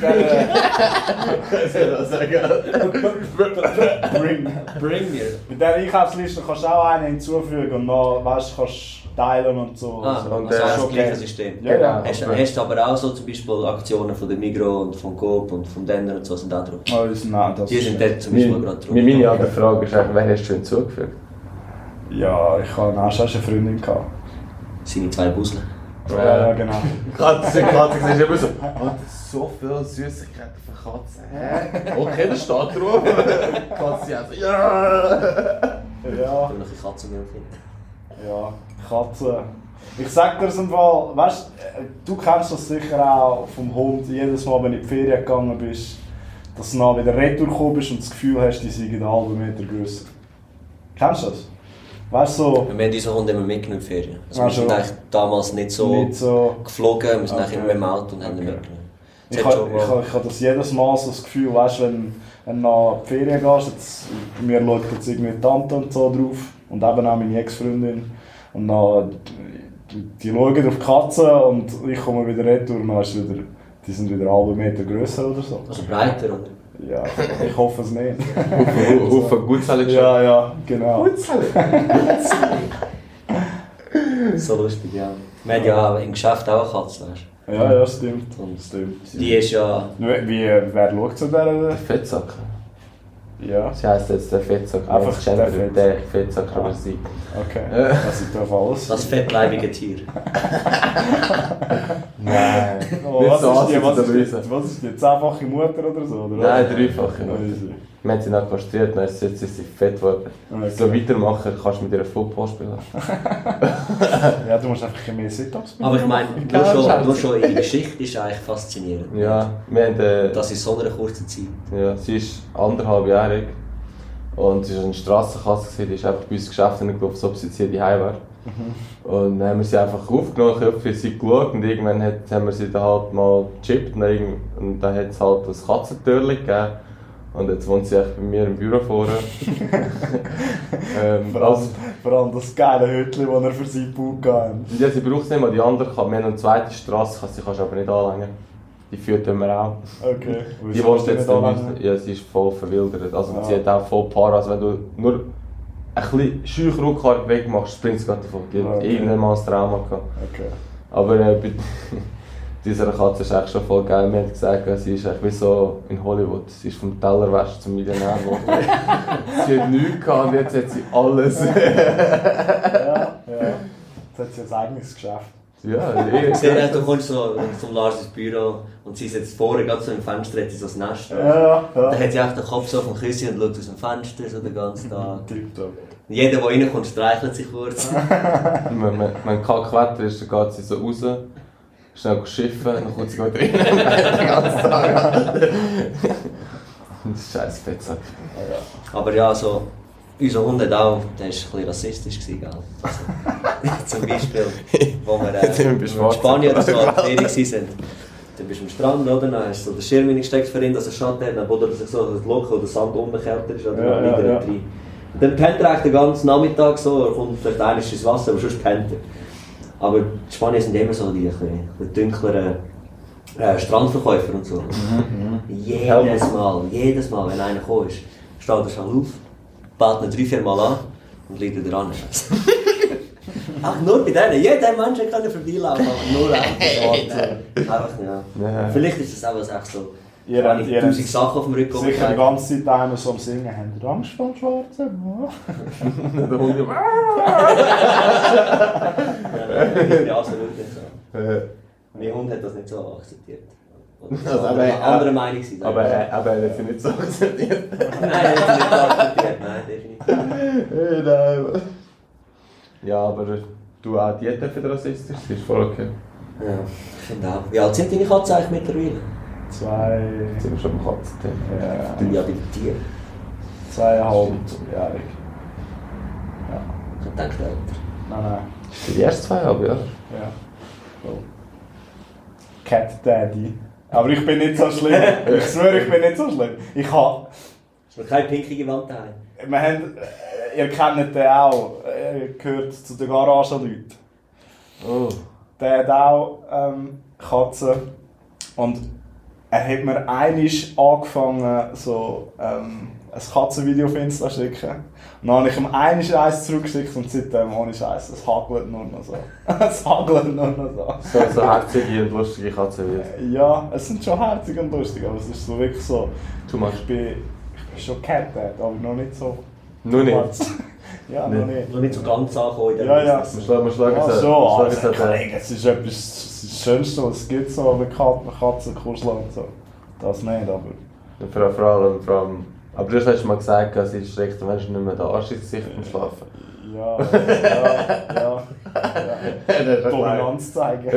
Bei dieser- Bring.
Bring mir.
Bei dieser Einkaufsliste kannst du auch eine hinzufügen und dann weißt, kannst du teilen und so.
Ah,
so.
also
und,
das
äh,
ist das
okay.
gleiche System.
Ja, ja.
Genau.
Hast, hast aber auch so zum Beispiel Aktionen von der Migro und von Coop und von Denner und so sind auch drauf.
Oh, das- nein, das
Die
ist
sind
nicht.
dort zum Beispiel
Meine,
gerade drauf.
meine andere Frage ist eigentlich, wer hast du hinzugefügt?
Ja, ich hatte auch schon eine Freundin. Gehabt.
Seine zwei Busle.
Ja,
Äh,
ja, genau.
Katze, Katze, siehst du immer so, hat so viele Süßigkeiten für Katzen. Hä? Okay, das steht drauf. Katze also, ja.
Ja,
Und noch eine Katze mehr finden.
ja. Katze. Ich sag dir im Fall, weißt äh, du, kennst das sicher auch vom Hund, jedes Mal, wenn du in die Ferien gegangen bist, dass du dann wieder retour gekommen bist und das Gefühl hast, die seien einen halben Meter grösser. Kennst du das? Weißt du, so,
Wir haben unseren Hund immer mitgenommen in die Ferien. Also
Ah,
wir sind
schon.
eigentlich damals nicht so
nicht so.
geflogen, wir sind
Okay.
eigentlich immer im Auto und haben ihn
Okay.
mitgenommen.
Ich habe ich hab, ich hab das jedes Mal so das Gefühl, weißt, wenn wenn du nach die Ferien gehst, jetzt, mir schaut jetzt irgendwie die Tante und so drauf und eben auch meine Ex-Freundin. Und dann, die, die schauen auf die Katze und ich komme wieder retour und dann ist wieder, die sind wieder einen halben Meter grösser oder so.
Also breiter, oder?
Ja, ich hoffe es nicht.
Auf eine Gutzelle geschaut.
Ja, ja, genau.
So lustig, ja. Wir haben ja auch im Geschäft auch eine Katze, weißt
Ja, ja, stimmt. stimmt.
du. Die ist ja...
Wie, wie, wer schaut zu
Der
dieser?
Fettsack.
Ja,
Sie heisst jetzt der Fettsack.
Einfach
Einfach Gender,
der Fettsack.
der Fettsack, aber sie.
okay.
Äh.
Das ist doch alles.
Das fettleibige Tier.
Nein.
Oh,
Nicht
was,
so
ist die, was,
ansitzen,
ist
der Riese.
die, was ist die? Zehnfache Mutter oder so? Oder?
Nein, dreifache Mutter.
Riese.
Wir haben sie dann kastriert, dann ist sie, jetzt ist sie fett geworden.
Okay.
So weitermachen kannst du mit ihr Football spielen.
Ja, du musst einfach ein mehr Sit-Ups machen.
Aber ich meine, nur schon, nur schon ihre Geschichte ist eigentlich faszinierend.
Ja, wir haben, äh,
Das in so einer kurzen Zeit.
ja, sie ist anderthalbjährig und sie war eine Strassenkatze, gewesen, die ist einfach bei uns Geschäft hingelaufen, so ob sie jetzt hier daheim wäre.
Mhm.
Und dann haben wir sie einfach aufgenommen, ich habe sie geschaut und irgendwann hat, haben wir sie dann halt mal gechippt und dann, irgend- und dann hat es halt das Katzentürchen gegeben. Und jetzt wohnt sie echt bei mir im Büro vorne. ähm,
Vor
also,
allem, vor allem das geile Hütchen, das er für seinen Bauch gegeben
ja, sie braucht es nicht mal, die andere kann. Wir haben eine zweite Straße, sie kannst du aber nicht anlängen. Die führt wir auch.
hat. Okay.
Die
Wieso
wohnt
hast du
jetzt
nicht
in
angenommen?
Ja, sie ist voll verwildert. Also
Ah.
sie hat auch voll Paar. Also wenn du nur ein bisschen scheuch Rückhalt wegmachst, springt sie gerade davon. Die
Ah,
hat
okay.
irgendwann mal ein Trauma gehabt.
Okay.
Aber äh, bei dieser Katze ist echt schon voll geil. Wir haben gesagt, äh, sie ist echt wie so in Hollywood. Sie ist vom Tellerwäscher zum Millionär geworden. sie hat nichts gehabt und jetzt hat sie alles.
Ja, ja. Jetzt hat sie ein eigenes Geschäft.
ja, eh.
Ich sehe, du kommst so zum Lars ins Büro und sie sitzt vorne, gerade so im Fenster, hat sie so das Nest.
Ja,
Dann
ja.
hat sie einfach den Kopf so auf dem Küsschen und schaut aus dem Fenster so den ganzen Tag.
Tipptopp.
Jeder, der reinkommt, streichelt sich kurz.
Wenn, wenn, wenn kalt Wetter ist, dann geht sie so raus, schnell schiffen, dann kommt sie wieder rein. Den ganzen Tag. Das ist scheiß Fettsack.
Aber ja, so, unser Hund hat auch, der war ein bisschen rassistisch, gewesen, gell? Also, zum Beispiel, wo wir äh,
Sind wir bei
in
Schwarzen,
Spanien oder so auf Ferien waren. Dann bist du am Strand, oder? Dann hast du so den Schirm reingesteckt für ihn, dass er Schatten hat, dann buddelt er sich so, dass Loch oder Sand umgekehrt ist, oder
Ja,
dann
ja,
wieder
ja.
rein. Und dann pennt er eigentlich den ganzen Nachmittag so, er kommt vielleicht einmal ins Wasser, aber sonst pennt er. Aber die Spanier sind immer so die ein bisschen dunkleren äh, Strandverkäufer und so. Jedes Mal, jedes Mal, wenn einer gekommen ist, steht er schon auf, baut ihn drei, vier Mal an und liegt wieder an. Ach, nur bei denen. Jeder Mensch kann vorbeilaufen, aber nur einer. Einfach, ja.
Ja.
Vielleicht ist das auch was echt so.
Ihr
keine
habt-
Ahnung,
ihr habt
tausend Sachen auf dem Rücken.
Sicher die
rumgetragen.
ganze Zeit einmal so am Singen. Habt ihr Angst vor dem Schwarzen?
Der Hund immer.
Ja, absolut nicht so.
Äh,
Mein Hund hat das nicht so akzeptiert.
Also,
Also,
aber-
aber eine andere Meinung sein.
aber äh, aber er hat sie nicht so akzeptiert.
nein, er hat das nicht so akzeptiert. Nein, definitiv.
Äh, nein. Ja, aber du auch die dürfen rassistisch sein, ist voll okay.
Ja, ich finde auch. Wie alt sind deine Katzen eigentlich mittlerweile?
Zwei.
Jetzt sind wir schon beim Katzen.
Ja,
Ja, bei den Tieren.
zweieinhalb Jahre.
Ich denke älter.
Nein, nein.
Die ersten zweieinhalb Jahre.
Ja. Cool. Cat Daddy. Aber ich bin nicht so schlimm. Ich schwöre, ich bin nicht so schlimm. Ich habe.
Ist noch keine pinkige Wand daheim?
Wir haben. äh, Ihr kennt den auch. Er gehört zu den Garagenleuten.
Oh.
Der hat auch ähm, Katzen. Und er hat mir einisch angefangen, so ähm, ein Katzenvideo auf Insta zu schicken. Und dann habe ich ihm einisch eins zurückgeschickt und seitdem ohne Scheiß. Es hagelt nur noch so. es hagelt nur noch so.
So, so herzige und lustige Katze wie jetzt.
Ja, es sind schon herzig und lustig, aber es ist so wirklich so.
Too much.
Ich bin, ich bin schon Cat Dad, aber noch nicht so.
Nur nicht.
Katz. ja, noch nicht.
Noch nicht so ganz angekommen in diesem
Ja, ja.
Wir
Business.
schlagen wir schlagen
Ja,
es
schon,
wir
aber
schlagen es halt an.
Kollege, es ist etwas das ist das Schönste, was es gibt, so mit Katzen, Katzen kuscheln und so. Das nicht, aber...
Ja, Vor, vor allem, vor allem. Aber du hast letztes Mal gesagt, es ist schlecht, wenn du nicht mehr den Arsch ins Gesicht beim Schlafen.
Ja, ja, ja. ja. Dominanz zeigen.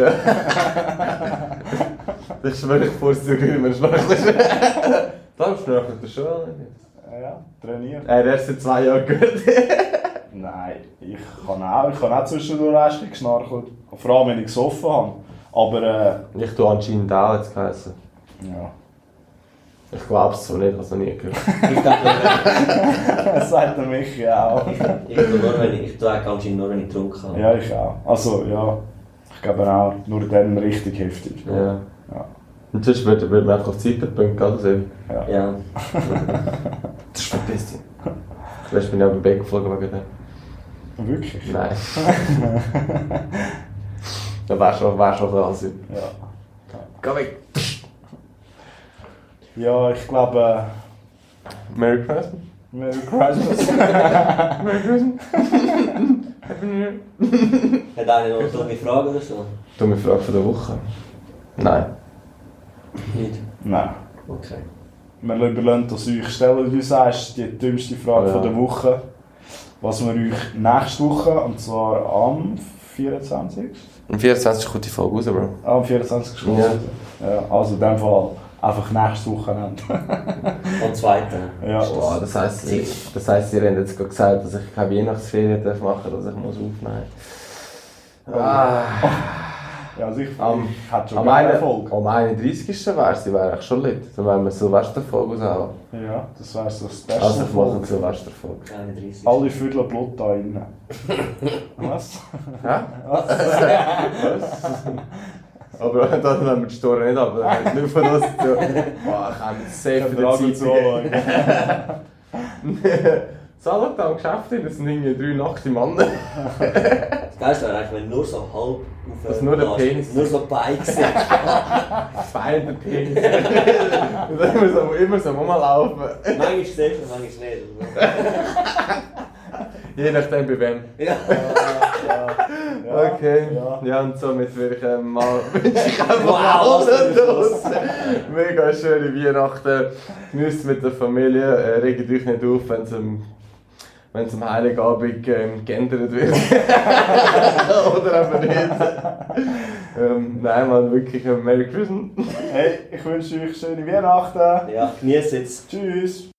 Ich schwöre, ich vor dir nicht mehr schlafen. Dann schnarchelt er schon. oder nicht?
Ja, trainieren.
Er hat erst seit zwei Jahren gehört.
Nein, ich kann auch, ich kann auch zwischendurch Reste geschnarchelt. Vor allem, wenn ich gesoffen habe. Aber äh,
Ich tue anscheinend auch, jetzt geheißen.
Ja.
Ich glaube es so nicht, also nie gehört.
Ich dachte,
Das sagt der Michi auch.
ich tue nur, wenn ich, ich tue auch anscheinend nur, wenn ich getrunken habe.
Ja, ich auch. Also, ja. Ich glaube auch, nur dann richtig heftig.
Ja.
Ja.
Und sonst würde würde man einfach auf die Seite bringen, gell? Also,
Ja.
das ist verpisst. dich. Vielleicht bin ich auch beim Bäcker geflogen wegen dem.
Wirklich?
Nein. Dann wärst du wärst du auch dran gewesen.
Ja.
Geh weg.
Ja, ich glaube,
Merry Christmas.
äh, Merry Christmas.
Merry Christmas. Happy New Year.
Hat einer noch eine dumme Frage oder so?
Dumme Frage von der Woche. Nein.
Nicht.
Nein.
Okay.
Wir überlassen das euch. Stellt uns erst die dümmste Frage
Ja.
von der Woche, was wir euch nächste Woche, und zwar am 24.
Am 24. kommt die Folge raus, Bro.
Am 24. geschlossen. Ja, also in dem Fall einfach nächstes Wochenende.
Und zweiter.
ja,
Boah, das heisst, ich- das heisst, ihr habt jetzt gerade gesagt, dass ich keine Weihnachtsferien darf machen darf, dass ich muss aufnehmen muss. Ah,
ja, also ich,
Am-
ich hätte schon
am,
gerne
einen,
Erfolg.
am 31. wäre sie wäre ich schon lit. Dann wären wir Silvesterfolge raushauen.
Ja, das wäre so das Beste.
Also ich mache eine Silvesterfolge.
31.
Alle Viertel Blut da innen. was?
Hä? Was? Aber dann nehmen wir die Store nicht ab, dann haben wir nicht von uns zu. Boah, ich habe sehr
Ich habe
viel
den
Zeit.
Abend so
Salat am Geschäft, das sind irgendwie drei nackte Männer.
Das Geilste wäre eigentlich, wenn nur so halb auf
Dass nur der
Glas-
Penis-
Nur so Bikes sind.
Feiner Penis. Und dann muss man immer so rumlaufen.
manchmal safe, manchmal nicht.
Je nachdem bei wem.
Ja.
Ja,
okay.
ja.
Ja. und somit würde ich ähm, mal wünsche ich einfach
Wow, was
allen
für ein
draussen mega schöne Weihnachten. Genießt mit der Familie. Äh, regt euch nicht auf, wenn es am, wenn's am Heiligabend ähm, geändert wird. Oder eben nicht. Ähm, nein, man, wirklich ein Merry Christmas.
Hey, ich wünsche euch schöne Weihnachten.
ja, genieß jetzt.
Tschüss.